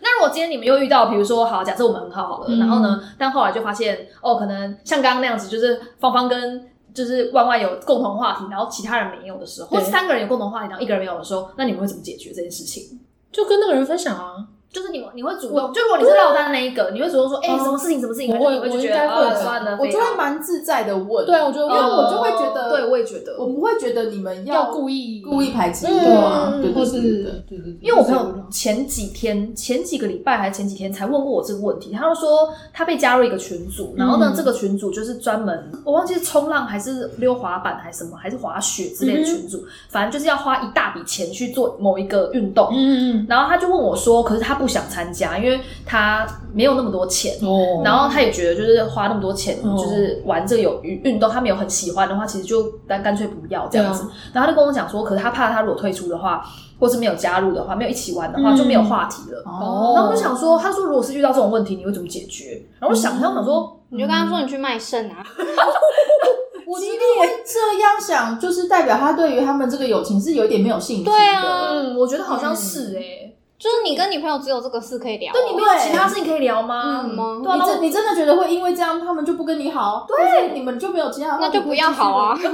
[SPEAKER 5] 那如果今天你们又遇到，比如说好，假设我们很好好了，
[SPEAKER 3] 嗯
[SPEAKER 5] 然后呢，但后来就发现哦，可能像刚刚那样子，就是芳芳跟就是万万有共同话题，然后其他人没有的时候，
[SPEAKER 3] 对
[SPEAKER 5] 或三个人有共同话题，然后一个人没有的时候，那你们会怎么解决这件事情？
[SPEAKER 3] 就跟那个人分享啊。
[SPEAKER 5] 就是你你会主动，就如果你是落单那一个，你会主动说，哎、
[SPEAKER 3] 嗯
[SPEAKER 5] 什么事情什么事情，
[SPEAKER 3] 我会
[SPEAKER 5] 你会
[SPEAKER 3] 我
[SPEAKER 5] 就
[SPEAKER 3] 应
[SPEAKER 5] 觉得
[SPEAKER 3] 该会
[SPEAKER 5] 啊
[SPEAKER 3] 的
[SPEAKER 5] 算了，
[SPEAKER 1] 我
[SPEAKER 5] 非
[SPEAKER 1] 就
[SPEAKER 5] 要
[SPEAKER 1] 会蛮自在的问，
[SPEAKER 3] 对，啊，我觉得
[SPEAKER 1] 因为我就
[SPEAKER 5] 哦
[SPEAKER 1] 会觉得，
[SPEAKER 5] 对，我也觉得，
[SPEAKER 1] 我不会觉得你们
[SPEAKER 3] 要
[SPEAKER 1] 要
[SPEAKER 3] 故意
[SPEAKER 1] 故意排挤
[SPEAKER 3] 嗯
[SPEAKER 1] 我啊，对
[SPEAKER 3] 或
[SPEAKER 1] 对对对
[SPEAKER 3] 是
[SPEAKER 1] 对。
[SPEAKER 3] 对对对，
[SPEAKER 5] 因为我朋友前几天、前几个礼拜还是前几天才问过我这个问题，他就说他被加入一个群组，然后呢，
[SPEAKER 3] 嗯
[SPEAKER 5] 这个群组就是专门我忘记是冲浪还是溜滑板还是什么，还是滑雪之类的群
[SPEAKER 3] 嗯
[SPEAKER 5] 组，反正就是要花一大笔钱去做某一个运动。
[SPEAKER 3] 嗯嗯
[SPEAKER 5] 然后他就问我说，可是他不想参加，因为他没有那么多钱。
[SPEAKER 3] 嗯哦
[SPEAKER 5] 然后他也觉得，就是花那么多钱，
[SPEAKER 3] 哦
[SPEAKER 5] 就是玩这个有运运动，他没有很喜欢的话，其实就干干脆不要这样子。
[SPEAKER 3] 对啊
[SPEAKER 5] 然后他就跟我讲说，可是他怕他如果退出的话，或是没有加入的话，没有一起玩的话，
[SPEAKER 3] 嗯
[SPEAKER 5] 就没有话题了。
[SPEAKER 1] 哦
[SPEAKER 5] 然后我就想说，他说如果是遇到这种问题，你会怎么解决？然后我想，
[SPEAKER 3] 嗯
[SPEAKER 5] 他想说，
[SPEAKER 2] 你就跟他说你去卖肾啊，
[SPEAKER 1] 我觉得会这样想，就是代表他对于他们这个友情是有点没有兴趣的。
[SPEAKER 2] 对啊
[SPEAKER 5] 嗯，我觉得好像是哎，
[SPEAKER 2] 就是你跟女朋友只有这个事可以聊哦。
[SPEAKER 5] 但你没有其他事情可以聊吗？
[SPEAKER 2] 嗯
[SPEAKER 5] 对啊然
[SPEAKER 2] 吗
[SPEAKER 1] 你
[SPEAKER 5] 后
[SPEAKER 1] 真你真的觉得会因为这样他们就不跟你好？对，你们就没有其他，
[SPEAKER 2] 那就不要好啊。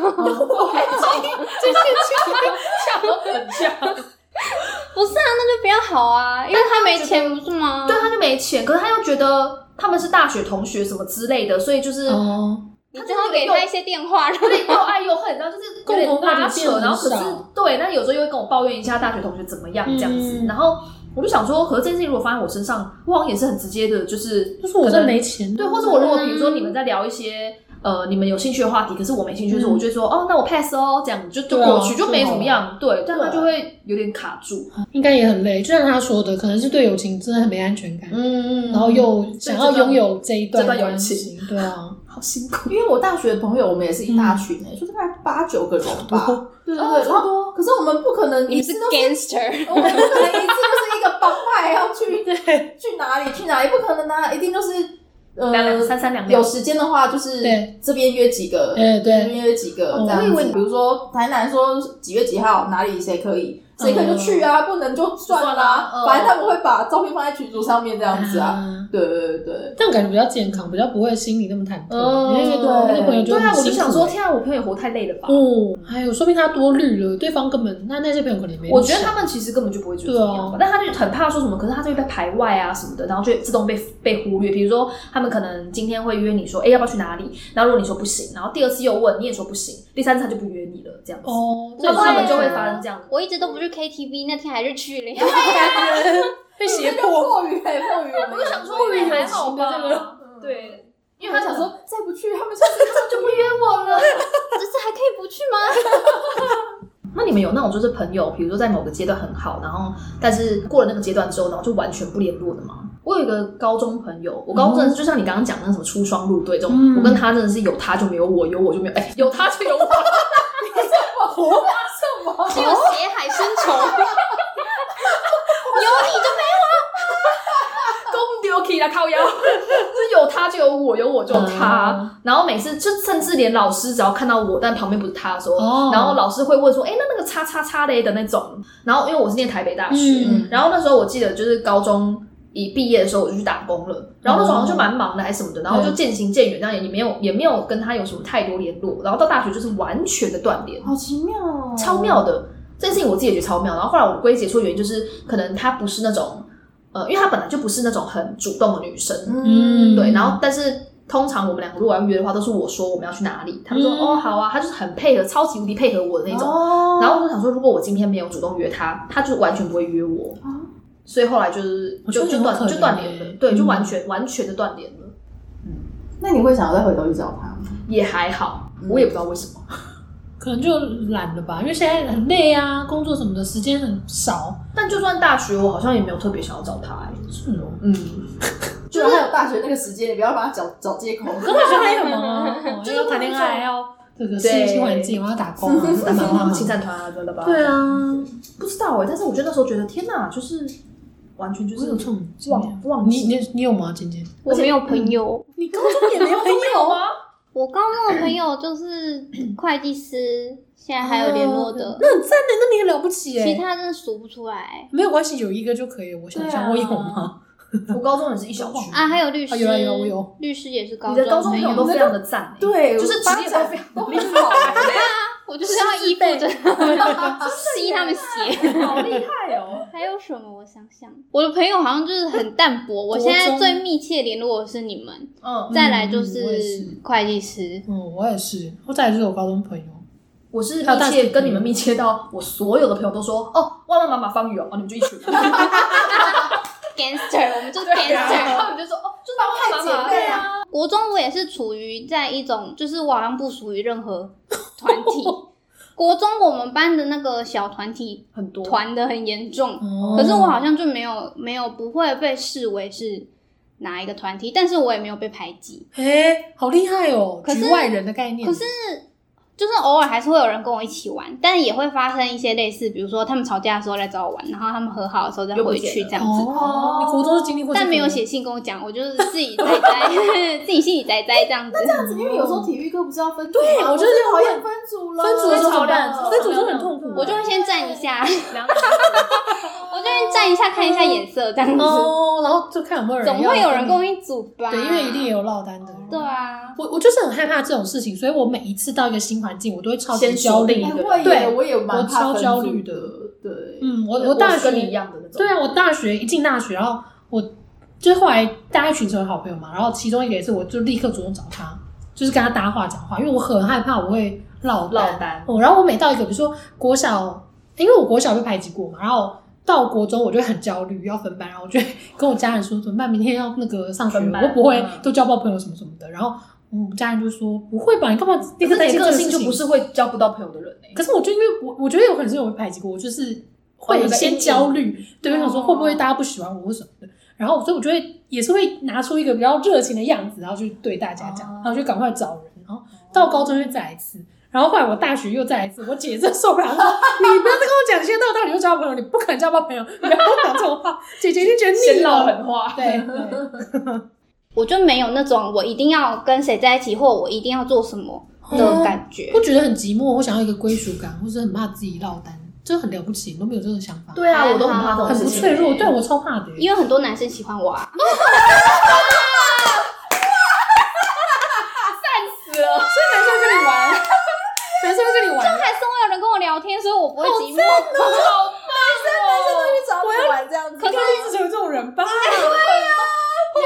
[SPEAKER 2] 不是啊，那就不要好啊，因为他没钱不是吗？
[SPEAKER 5] 对，他就没钱，可是他又觉得他们是大学同学什么之类的，所以就是
[SPEAKER 3] 哦，
[SPEAKER 2] 你只好给他一些电话，让
[SPEAKER 5] 有点又爱又恨，然后就是有点拉扯，然后可是
[SPEAKER 3] 共同话题变很少
[SPEAKER 5] 对，但有时候又会跟我抱怨一下大学同学怎么样这样子，
[SPEAKER 3] 嗯
[SPEAKER 5] 然后我就想说，可是这件事情如果发在我身上，我好像也是很直接的，就是啊
[SPEAKER 3] 就是我
[SPEAKER 5] 可
[SPEAKER 3] 这
[SPEAKER 5] 能
[SPEAKER 3] 没钱，
[SPEAKER 5] 对，或者我如果
[SPEAKER 2] 嗯
[SPEAKER 5] 比如说你们在聊一些。呃，你们有兴趣的话题，可是我没兴趣的时候，
[SPEAKER 3] 嗯
[SPEAKER 5] 我就会说哦，那我 pass 哦，这样就就
[SPEAKER 3] 对啊
[SPEAKER 5] 过去，就没怎么样。对，但
[SPEAKER 1] 对
[SPEAKER 5] 他
[SPEAKER 1] 啊
[SPEAKER 5] 就会有点卡住。
[SPEAKER 3] 应该也很累。就像他说的，可能是对友情真的很没安全感，
[SPEAKER 5] 嗯
[SPEAKER 3] 然后又想要拥有这一段
[SPEAKER 5] 这段友
[SPEAKER 3] 关
[SPEAKER 5] 情
[SPEAKER 3] 系，对啊，
[SPEAKER 5] 好辛苦。
[SPEAKER 1] 因为我大学的朋友，我们也是一大群欸诶、
[SPEAKER 2] 嗯
[SPEAKER 1] 就大概八九个人吧。
[SPEAKER 2] 哦
[SPEAKER 1] 对对对，然后可是我们不可能一
[SPEAKER 2] 你们是
[SPEAKER 1] 次都，
[SPEAKER 2] gangster，
[SPEAKER 1] 我们不可能一次就是一个帮派要 去
[SPEAKER 3] 对
[SPEAKER 1] 去哪里去哪里，不可能啊，一定就是呃
[SPEAKER 5] 两两三三两两
[SPEAKER 1] 有时间的话，就是
[SPEAKER 3] 对
[SPEAKER 1] 这边约几个，
[SPEAKER 3] 对对
[SPEAKER 1] 这边约几个
[SPEAKER 3] 哦
[SPEAKER 1] 这样
[SPEAKER 3] 我以为
[SPEAKER 1] 子。比如说台南说几月几号哪里谁可以，谁可以就去啊，不能就算
[SPEAKER 5] 就算啦
[SPEAKER 1] 啦
[SPEAKER 5] 嗯。
[SPEAKER 1] 反正他们会把照片放在群组上面这样子
[SPEAKER 3] 嗯
[SPEAKER 1] 啊。。对对对对，
[SPEAKER 3] 但我感觉比较健康，比较不会心里那么忐忑。
[SPEAKER 5] 嗯
[SPEAKER 3] 因为
[SPEAKER 1] 对
[SPEAKER 3] 那个朋友就
[SPEAKER 5] 对啊，我
[SPEAKER 3] 很辛
[SPEAKER 5] 就想
[SPEAKER 3] 苦
[SPEAKER 5] 说，
[SPEAKER 3] 欸，
[SPEAKER 5] 天啊，我朋友活太累了吧？
[SPEAKER 3] 哦，还有说明他多虑了，对方根本那那些朋友可能也没有
[SPEAKER 5] 我觉得
[SPEAKER 3] 想
[SPEAKER 5] 他们其实根本就不会觉得怎么样吧，
[SPEAKER 3] 对啊
[SPEAKER 5] 但他就很怕说什么，可是他就会被排外啊什么的，然后就自动被被忽略。比如说，他们可能今天会约你说，哎、要不要去哪里？然后如果你说不行，然后第二次又问，你也说不行，第三次他就不约你了，这样子。
[SPEAKER 3] 哦，
[SPEAKER 5] 那他们就会
[SPEAKER 3] 这
[SPEAKER 5] 发生这样子。
[SPEAKER 2] 我一直都不去 KTV，那天还是去了。
[SPEAKER 3] 被胁
[SPEAKER 1] 就
[SPEAKER 3] 迫，
[SPEAKER 1] 过于哎过于我们
[SPEAKER 5] 我想说，我也还好吧嗯
[SPEAKER 3] 这个，
[SPEAKER 5] 对，因为
[SPEAKER 1] 因为
[SPEAKER 5] 他想
[SPEAKER 1] 他想
[SPEAKER 5] 说，
[SPEAKER 1] 说再不去，他们下次他们就不约我了。
[SPEAKER 2] 这次还可以不去 吗？
[SPEAKER 5] 那你们有那种就是朋友，比如说在某个阶段很好，然后但是过了那个阶段之后，然后就完全不联络的吗？我有一个高中朋友，我高中真的是就像你刚刚讲的那什么出双入对这种，
[SPEAKER 3] 嗯
[SPEAKER 5] 我跟他真的是有他就没有我，有我就没有，哎、有他就有我。
[SPEAKER 2] 只有血海深仇，
[SPEAKER 5] 公丢 k 啦靠腰，就是有他就有我，有我就有他。
[SPEAKER 3] 嗯
[SPEAKER 5] 然后每次就甚至连老师只要看到我，但旁边不是他的时候，
[SPEAKER 3] 哦
[SPEAKER 5] 然后老师会问说：“哎、那那个叉叉叉嘞的那种。”然后因为我是念台北大学，
[SPEAKER 3] 嗯
[SPEAKER 5] 然后那时候我记得就是高中。一毕业的时候我就去打工了，然后那时候好像就蛮忙的还是什么
[SPEAKER 3] 哦
[SPEAKER 5] 的，然后就渐行渐远，然后也没有也没有跟他有什么太多联络，然后到大学就是完全的断联，
[SPEAKER 1] 好奇妙哦，
[SPEAKER 5] 超妙的。这件事情我自己也觉得超妙。然后后来我归结出原因就是，可能他不是那种呃，因为她本来就不是那种很主动的女生，
[SPEAKER 3] 嗯
[SPEAKER 5] 对，然后但是通常我们两个如果要约的话，都是我说我们要去哪里，他们说、
[SPEAKER 3] 嗯
[SPEAKER 5] 哦好啊，他就是很配合，超级无敌配合我的那种。
[SPEAKER 1] 哦
[SPEAKER 5] 然后我就想说，如果我今天没有主动约他，他就完全不会约我，
[SPEAKER 1] 啊
[SPEAKER 5] 所以后来就是
[SPEAKER 3] 哦我觉
[SPEAKER 5] 就就
[SPEAKER 3] 得有
[SPEAKER 5] 断
[SPEAKER 3] 可能
[SPEAKER 5] 就断联
[SPEAKER 3] 欸
[SPEAKER 5] 了，对，就
[SPEAKER 3] 嗯
[SPEAKER 5] 完全、完全的断联了，
[SPEAKER 1] 那你会想要再回头去找他吗？
[SPEAKER 5] 也还好，
[SPEAKER 1] 嗯
[SPEAKER 5] 我也不知道为什么。
[SPEAKER 3] 可能就懒了吧，因为现在很累啊，工作什么的时间很少。
[SPEAKER 5] 但就算大学，我好像也没有特别想要找他、欸，
[SPEAKER 3] 是哦，
[SPEAKER 5] 嗯，
[SPEAKER 1] 就是还有大学那个时间，你不要帮他找找借口。
[SPEAKER 3] 可是 还有吗？ 哦
[SPEAKER 5] 就是
[SPEAKER 3] 要谈恋爱，
[SPEAKER 5] 那种
[SPEAKER 3] 要这个适
[SPEAKER 5] 对
[SPEAKER 3] 应新环境，我要
[SPEAKER 5] 哦
[SPEAKER 3] 打 工啊，干嘛干嘛
[SPEAKER 5] 青善团啊，巴拉巴拉。
[SPEAKER 3] 对，啊，
[SPEAKER 5] 不知道哎、但是我觉得那时候觉得天哪，就是完全就
[SPEAKER 3] 我
[SPEAKER 5] 是
[SPEAKER 3] 有这种经验
[SPEAKER 5] 忘。忘
[SPEAKER 3] 你
[SPEAKER 5] 记
[SPEAKER 3] 你你有吗，姐姐？
[SPEAKER 2] 我没有朋友，
[SPEAKER 3] 你高中也没朋友啊？
[SPEAKER 2] 我高中的朋友就是会计师，现在还有联络的，
[SPEAKER 3] 那很赞的，那你也了不起
[SPEAKER 2] 其
[SPEAKER 3] 哎。
[SPEAKER 2] 他真的数不出来
[SPEAKER 3] 没有关系，有一个就可以。我想
[SPEAKER 1] 对啊
[SPEAKER 3] 想，我有吗？
[SPEAKER 5] 我高中也是一小群，
[SPEAKER 2] 啊。还有律师，
[SPEAKER 3] 啊有啊有啊我有
[SPEAKER 2] 律师也是高
[SPEAKER 5] 你的高中
[SPEAKER 2] 朋
[SPEAKER 5] 朋友都非常的赞、欸，
[SPEAKER 1] 对，
[SPEAKER 5] 就是职
[SPEAKER 1] 班
[SPEAKER 5] 业
[SPEAKER 1] 长
[SPEAKER 5] 都非常
[SPEAKER 1] 都很好欸，
[SPEAKER 2] 我就是要依附着 吸他们血。
[SPEAKER 5] 好厉害哦！
[SPEAKER 2] 还有什么？我想想，我的朋友好像就是很淡薄。我现在
[SPEAKER 3] 中
[SPEAKER 2] 最密切联络的是你们，
[SPEAKER 5] 嗯，
[SPEAKER 2] 再来就
[SPEAKER 3] 我也是
[SPEAKER 2] 会计师。
[SPEAKER 3] 嗯，我也是。我再来就是我高中朋友，
[SPEAKER 5] 我是
[SPEAKER 3] 还有
[SPEAKER 5] 密
[SPEAKER 3] 大
[SPEAKER 5] 切
[SPEAKER 3] 学
[SPEAKER 5] 跟你们密切到，我所有的朋友都说，哦，万万妈妈方宇哦，哦你们就一群，
[SPEAKER 2] gangster，我们就是
[SPEAKER 5] 对啊
[SPEAKER 2] gangster。
[SPEAKER 5] 他们就说，哦，就是帮妈
[SPEAKER 1] 帮派
[SPEAKER 5] 妈，
[SPEAKER 1] 姐妹
[SPEAKER 5] 啊，
[SPEAKER 2] 国中我也是处于在一种，就是我好像不属于任 何团体。国中我们班的那个小团体
[SPEAKER 5] 很多，嗯
[SPEAKER 2] 团的很严重，
[SPEAKER 3] 哦
[SPEAKER 2] 可是我好像就没有没有不会被视为是哪一个团体，但是我也没有被排挤。
[SPEAKER 3] 哎，好厉害哦，
[SPEAKER 2] 可是
[SPEAKER 3] 局外人的概念。
[SPEAKER 2] 可是就是偶尔还是会有人跟我一起玩，但也会发生一些类似，比如说他们吵架的时候来找我玩，然后他们和好的时候再
[SPEAKER 5] 又不
[SPEAKER 2] 回
[SPEAKER 5] 见
[SPEAKER 2] 去
[SPEAKER 5] 了
[SPEAKER 2] 这样子。
[SPEAKER 3] 哦，你国中是经历过这个吗，
[SPEAKER 2] 但没有写信跟我讲，我就是自己宅宅， 自己心里宅宅这 样子。
[SPEAKER 1] 因为有时候体育课不是要分组吗，
[SPEAKER 3] 对我
[SPEAKER 1] 我
[SPEAKER 3] 就是
[SPEAKER 1] 讨厌分组了，
[SPEAKER 3] 分组的时候怎么办？
[SPEAKER 5] 超
[SPEAKER 3] 分组真的很痛苦啊。
[SPEAKER 2] 我就会先站一下，
[SPEAKER 5] 两个人
[SPEAKER 2] 我就先站一下看一下眼色这样子，
[SPEAKER 3] 哦，然后就看有没有人要，
[SPEAKER 2] 总会有人跟我一组吧？
[SPEAKER 3] 对，因为一定也有落单的。
[SPEAKER 2] 对啊，
[SPEAKER 3] 我我就是很害怕这种事情，所以我每一次到一个新环境，我都会超级
[SPEAKER 5] 先
[SPEAKER 3] 焦虑
[SPEAKER 5] 熟。
[SPEAKER 1] 哎
[SPEAKER 5] 定
[SPEAKER 1] 我也
[SPEAKER 3] 对
[SPEAKER 1] 我也蛮怕
[SPEAKER 3] 我超
[SPEAKER 1] 分
[SPEAKER 3] 焦
[SPEAKER 1] 组
[SPEAKER 3] 虑的
[SPEAKER 1] 的，对，
[SPEAKER 3] 嗯，我
[SPEAKER 5] 我
[SPEAKER 3] 大
[SPEAKER 5] 是
[SPEAKER 3] 学
[SPEAKER 5] 跟你一样的那种，
[SPEAKER 3] 对啊，我大学一进大学，然后我就是后来大家一群成为好朋友嘛，然后其中一个也是，我就立刻主动找他，就是跟他搭话讲话，因为我很害怕我会落
[SPEAKER 5] 落单
[SPEAKER 3] 哦，然后我每到一个，比如说国小，因为我国小被排挤过嘛，然后。到国中我就会很焦虑，要分班，然后我就会 跟我家人说怎么办？明天要那个上学，
[SPEAKER 5] 分班
[SPEAKER 3] 我不会
[SPEAKER 5] 嗯
[SPEAKER 3] 都交不到朋友什么什么的。然后嗯，家人就说不会吧，你干嘛立刻
[SPEAKER 5] 可
[SPEAKER 3] 担
[SPEAKER 5] 是你
[SPEAKER 3] 心
[SPEAKER 5] 个
[SPEAKER 3] 这个事
[SPEAKER 5] 性
[SPEAKER 3] 情
[SPEAKER 5] 就不是会交不到朋友的人哎，
[SPEAKER 3] 可是我就因为我我觉得有可能是我被排挤过，我就是
[SPEAKER 5] 哦有
[SPEAKER 3] 会
[SPEAKER 5] 个阴
[SPEAKER 3] 先
[SPEAKER 5] 影
[SPEAKER 3] 焦虑，对，
[SPEAKER 5] 哦
[SPEAKER 3] 我想说会不会大家不喜欢我或什么的，然后所以我就会也是会拿出一个比较热情的样子，然后去对大家讲，
[SPEAKER 5] 哦
[SPEAKER 3] 然后就赶快找人，然后到高中又再来一次。然后后来我大学又再来一次，我姐真的受不 了，她说你不要再跟我讲，现在到底有交不到朋友，你不可能交不到朋友，你不要跟我讲这种话，姐姐一定觉得
[SPEAKER 5] 先
[SPEAKER 3] 腻
[SPEAKER 5] 唠
[SPEAKER 3] 了。
[SPEAKER 5] 狠话，
[SPEAKER 3] 对， 对
[SPEAKER 2] 我就没有那种我一定要跟谁在一起，或我一定要做什么的感觉。
[SPEAKER 3] 不觉得很寂寞，我想要一个归属感，或是很怕自己落单，这很了不起，都没有这个想法，
[SPEAKER 5] 对啊，我都很怕这种
[SPEAKER 3] 很
[SPEAKER 5] 事
[SPEAKER 3] 不
[SPEAKER 5] 情，
[SPEAKER 3] 脆弱，对啊我超怕的耶。
[SPEAKER 2] 因为很多男生喜欢我
[SPEAKER 1] 哦
[SPEAKER 2] 啊，
[SPEAKER 5] 死了，
[SPEAKER 3] 所以男生跟你玩，男生会跟你玩，
[SPEAKER 2] 还是会有人跟我聊天，所以我不会寂
[SPEAKER 1] 去
[SPEAKER 2] 寞。
[SPEAKER 1] 找你玩这样子，
[SPEAKER 3] 应该一直有这种人吧？
[SPEAKER 5] 女生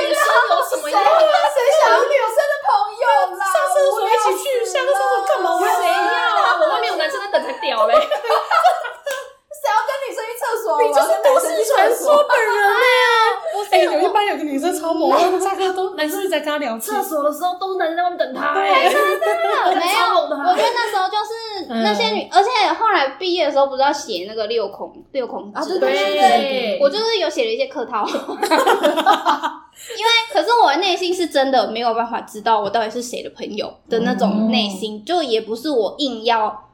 [SPEAKER 5] 有什么
[SPEAKER 1] 谁
[SPEAKER 5] 样？
[SPEAKER 1] 谁想要女生的朋友啦？
[SPEAKER 3] 上厕所一起去，下个厕所干嘛？我
[SPEAKER 5] 谁要啊？我外面有男生在等才屌欸嘞！
[SPEAKER 1] 谁要跟女生去厕所？
[SPEAKER 3] 你就是都市传说本人啊！
[SPEAKER 2] 我是
[SPEAKER 3] 哎，
[SPEAKER 2] 那种
[SPEAKER 3] 有一班有个女生超萌， 大家都男生一直在跟她聊天
[SPEAKER 5] 厕，所的时候都是男生在外面等他，哎
[SPEAKER 3] 对
[SPEAKER 2] 真的没有。
[SPEAKER 5] 超猛的
[SPEAKER 2] 我
[SPEAKER 5] 啊
[SPEAKER 2] 觉得那时候就是
[SPEAKER 3] 嗯
[SPEAKER 2] 那些女，而且后来毕业的时候不是要写那个六孔六孔
[SPEAKER 1] 啊
[SPEAKER 2] 纸
[SPEAKER 1] 对对对
[SPEAKER 5] 对
[SPEAKER 2] 我就是有写了一些客套， 因为可是我的内心是真的没有办法知道我到底是谁的朋友的那种内心，就也不是我硬要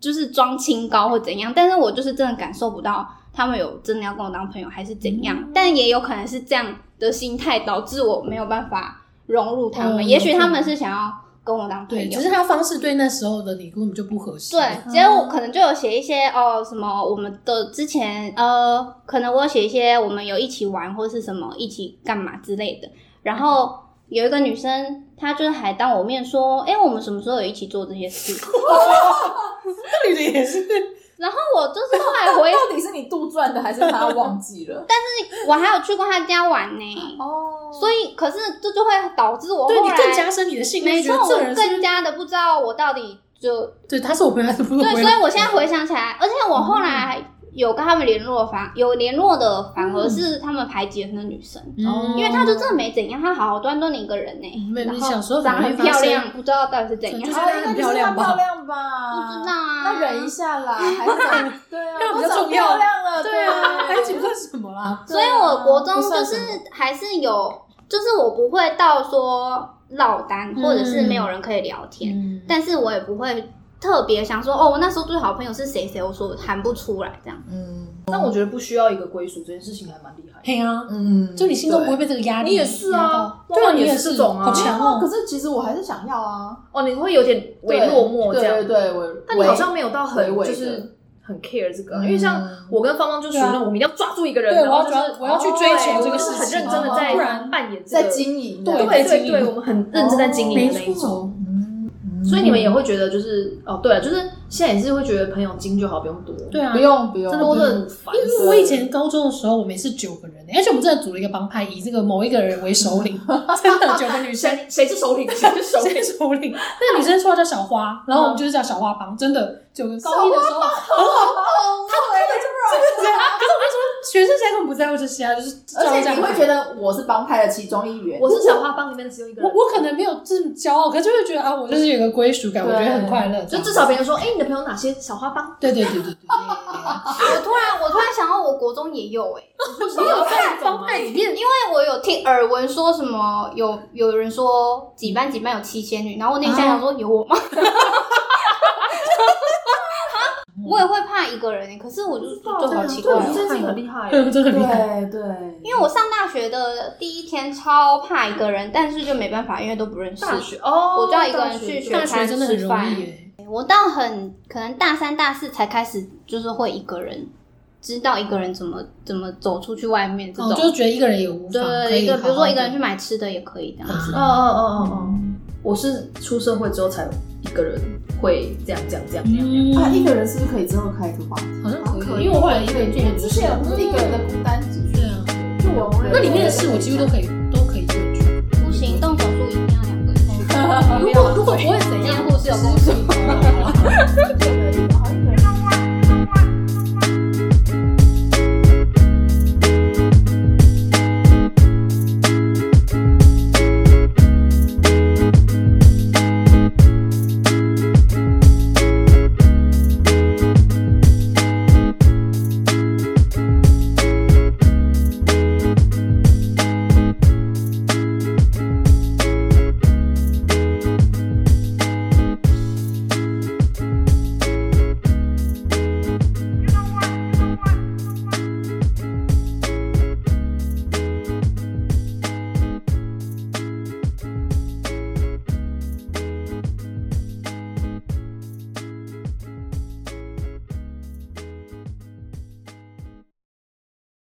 [SPEAKER 2] 就是装清高或怎样，但是我就是真的感受不到他们有真的要跟我当朋友还是怎样，
[SPEAKER 3] 嗯
[SPEAKER 2] 但也有可能是这样的心态导致我没有办法融入他们，
[SPEAKER 3] 嗯
[SPEAKER 2] 也许他们是想要跟我当朋
[SPEAKER 3] 对，
[SPEAKER 2] 友
[SPEAKER 3] 只。是她方式对那时候的你根本就不合适。
[SPEAKER 2] 对，结果我可能就有写一些哦，什么我们的之前呃，可能我有写一些我们有一起玩或是什么一起干嘛之类的。然后有一个女生，她就是还当我面说，哎、我们什么时候有一起做这些事？
[SPEAKER 3] 那女的也是，
[SPEAKER 2] 然后我就是后来回，
[SPEAKER 1] 到底是你杜撰的还是他忘记了？但
[SPEAKER 2] 我还有去过他家玩呢。
[SPEAKER 1] 哦，
[SPEAKER 2] 所以，可是这就会导致我
[SPEAKER 3] 对
[SPEAKER 2] 后
[SPEAKER 3] 你
[SPEAKER 2] 来
[SPEAKER 3] 更加深你的信
[SPEAKER 2] 没
[SPEAKER 3] 任，觉
[SPEAKER 2] 错，
[SPEAKER 3] 得
[SPEAKER 2] 我
[SPEAKER 3] 这人是
[SPEAKER 2] 更加的不知道我到底就
[SPEAKER 3] 对，他是我朋友还 是不是我
[SPEAKER 2] 对，
[SPEAKER 3] 朋
[SPEAKER 2] 所
[SPEAKER 3] 友？
[SPEAKER 2] 以我现在回想起来，而且我后来有跟他们联络，反有联络的反而是他们排挤的那女生，
[SPEAKER 3] 嗯
[SPEAKER 2] 因为他就真的没怎样，他好好端端的一个人呢、
[SPEAKER 3] 没
[SPEAKER 2] 然
[SPEAKER 3] 你
[SPEAKER 2] 后
[SPEAKER 3] 小时候
[SPEAKER 2] 长得很
[SPEAKER 3] 很容易
[SPEAKER 2] 漂
[SPEAKER 3] 发
[SPEAKER 2] 亮，
[SPEAKER 3] 生
[SPEAKER 2] 不知道到底是怎样，
[SPEAKER 3] 就
[SPEAKER 2] 不
[SPEAKER 3] 是
[SPEAKER 2] 知
[SPEAKER 1] 啊那就是她漂亮吧？
[SPEAKER 2] 道啊，
[SPEAKER 1] 那忍一下啦，还是长对啊，
[SPEAKER 3] 那比
[SPEAKER 1] 都
[SPEAKER 3] 较
[SPEAKER 1] 长
[SPEAKER 3] 重要
[SPEAKER 1] 漂亮了，
[SPEAKER 3] 对啊，
[SPEAKER 1] 对
[SPEAKER 3] 还仅算什么啦？
[SPEAKER 2] 所以我国中
[SPEAKER 1] 不算
[SPEAKER 2] 就
[SPEAKER 1] 什
[SPEAKER 2] 是
[SPEAKER 1] 么
[SPEAKER 2] 还是有，就是我不会到说落单，
[SPEAKER 3] 嗯
[SPEAKER 2] 或者是没有人可以聊天，
[SPEAKER 3] 嗯，
[SPEAKER 2] 但是我也不会特别想说，哦，我那时候最好朋友是谁谁，我说喊不出来这样。
[SPEAKER 1] 嗯
[SPEAKER 5] 但我觉得不需要一个归属，这件事情还蛮厉害的。
[SPEAKER 3] 嘿啊，
[SPEAKER 1] 嗯，
[SPEAKER 3] 就你心中
[SPEAKER 1] 对
[SPEAKER 3] 不会被这个压力，
[SPEAKER 5] 你也是
[SPEAKER 3] 压
[SPEAKER 5] 啊
[SPEAKER 3] 到，对啊，
[SPEAKER 5] 旺旺
[SPEAKER 3] 你
[SPEAKER 5] 也是
[SPEAKER 3] 是
[SPEAKER 5] 这种啊
[SPEAKER 3] 好强
[SPEAKER 1] 哦，可
[SPEAKER 3] 哦。
[SPEAKER 1] 是其实我还是想要啊，
[SPEAKER 5] 哦，你会有点微
[SPEAKER 1] 对
[SPEAKER 5] 落寞这样。
[SPEAKER 1] 对对对，我
[SPEAKER 5] 但你好像没有到
[SPEAKER 1] 微
[SPEAKER 5] 很
[SPEAKER 1] 微
[SPEAKER 5] 就
[SPEAKER 1] 的
[SPEAKER 5] 是很 care 这个啊，
[SPEAKER 1] 嗯
[SPEAKER 5] 因为像我跟芳芳就属于那种，我们一定要抓住一个人，
[SPEAKER 3] 啊对
[SPEAKER 5] 然后就
[SPEAKER 3] 我要
[SPEAKER 5] 是
[SPEAKER 3] 抓我要去
[SPEAKER 5] 哦
[SPEAKER 3] 追求
[SPEAKER 5] 对
[SPEAKER 3] 这
[SPEAKER 5] 就
[SPEAKER 3] 个
[SPEAKER 5] 是
[SPEAKER 3] 事情
[SPEAKER 5] 很
[SPEAKER 3] 哦
[SPEAKER 5] 认真的在
[SPEAKER 3] 不然
[SPEAKER 5] 扮演这个
[SPEAKER 1] 在经营的，
[SPEAKER 5] 对
[SPEAKER 3] 对在
[SPEAKER 5] 对
[SPEAKER 3] 经
[SPEAKER 5] 对，
[SPEAKER 3] 营
[SPEAKER 5] 我们很认真在经营的那一种。
[SPEAKER 3] 错，
[SPEAKER 1] 嗯，嗯
[SPEAKER 5] 所以你们也会觉得就是哦，对了，就是现在也是会觉得朋友精就好，不用多，
[SPEAKER 3] 对，啊
[SPEAKER 1] 不。用不用，
[SPEAKER 5] 真的多的很烦。
[SPEAKER 3] 因为我以前高中的时候，我们也是九个人，而且我们真的组了一个帮派，以这个某一个人为首领，真的九个女生，
[SPEAKER 5] 谁谁是首领，谁是首
[SPEAKER 3] 谁
[SPEAKER 5] 领，
[SPEAKER 3] 是首领？那个女生绰号叫小花，然后我们就是叫小花帮，真的九个高一的时候，可是我那时候学生时代根本不在乎这些啊，就是
[SPEAKER 1] 而
[SPEAKER 3] 照
[SPEAKER 1] 且
[SPEAKER 3] 这
[SPEAKER 1] 你
[SPEAKER 3] 样
[SPEAKER 1] 会觉得我是帮派的其中一员，
[SPEAKER 5] 我是小花帮里面的其中一个
[SPEAKER 3] 我
[SPEAKER 5] 人，
[SPEAKER 3] 我可能没有这么骄傲，可是就会觉得啊，我就是有个归属感，我
[SPEAKER 1] 对
[SPEAKER 3] 觉得很快乐，
[SPEAKER 5] 就至少别人说，哎，你的朋友哪些小花帮？
[SPEAKER 3] 对对对对对对，
[SPEAKER 2] 我突然我突然想到，我国中也有哎、
[SPEAKER 5] 你有啊看帮派
[SPEAKER 2] 因为我有听耳闻说什么有有人说几班几班有七仙女，然后我内心想
[SPEAKER 3] 啊
[SPEAKER 2] 说、有我吗？ 我也会怕一个人、欸，可是我就就好奇怪、
[SPEAKER 5] 对，啊
[SPEAKER 2] 哦
[SPEAKER 5] 这。件事情很厉害。
[SPEAKER 3] 对真的很厉害。
[SPEAKER 1] 对对，
[SPEAKER 2] 因为我上大学的第一天超怕一个人，但是就没办法，因为都不认识。
[SPEAKER 5] 大学哦，
[SPEAKER 2] 我就要一个人去学
[SPEAKER 3] 大学
[SPEAKER 2] 餐
[SPEAKER 3] 真的很
[SPEAKER 2] 吃
[SPEAKER 3] 容
[SPEAKER 2] 饭
[SPEAKER 3] 易，耶，
[SPEAKER 2] 我到很可能大三大四才开始，就是会一个人知道一个人怎么怎么走出去外面这
[SPEAKER 3] 哦
[SPEAKER 2] 种。
[SPEAKER 3] 就是觉得一个人也无妨，可
[SPEAKER 2] 对，
[SPEAKER 3] 以
[SPEAKER 2] 一个
[SPEAKER 3] 好
[SPEAKER 2] 比
[SPEAKER 3] 好
[SPEAKER 2] 如说一个人
[SPEAKER 3] 地
[SPEAKER 2] 去买吃的也可以这样子。
[SPEAKER 5] 嗯嗯嗯嗯嗯，我是出社会之后才一个人会这样这样这样这样。
[SPEAKER 1] 啊，一
[SPEAKER 3] 嗯，
[SPEAKER 1] 个人是不是可以之后开一个话题？
[SPEAKER 3] 好像可
[SPEAKER 5] 可
[SPEAKER 3] 以，
[SPEAKER 5] 以
[SPEAKER 3] 因为我后来一个人做
[SPEAKER 1] 之
[SPEAKER 2] 啊
[SPEAKER 1] 前我
[SPEAKER 3] 我
[SPEAKER 1] 们是一个人的孤单指
[SPEAKER 3] 对
[SPEAKER 1] 数，
[SPEAKER 3] 啊，
[SPEAKER 1] 就我
[SPEAKER 3] 那里面的事我几乎都可以都可以 做主。
[SPEAKER 2] 不行，动手术一定要两个人去。
[SPEAKER 3] 如果如果不会怎
[SPEAKER 2] 啊今天
[SPEAKER 3] 样，
[SPEAKER 2] 护士有跟我说。
[SPEAKER 1] 都可以。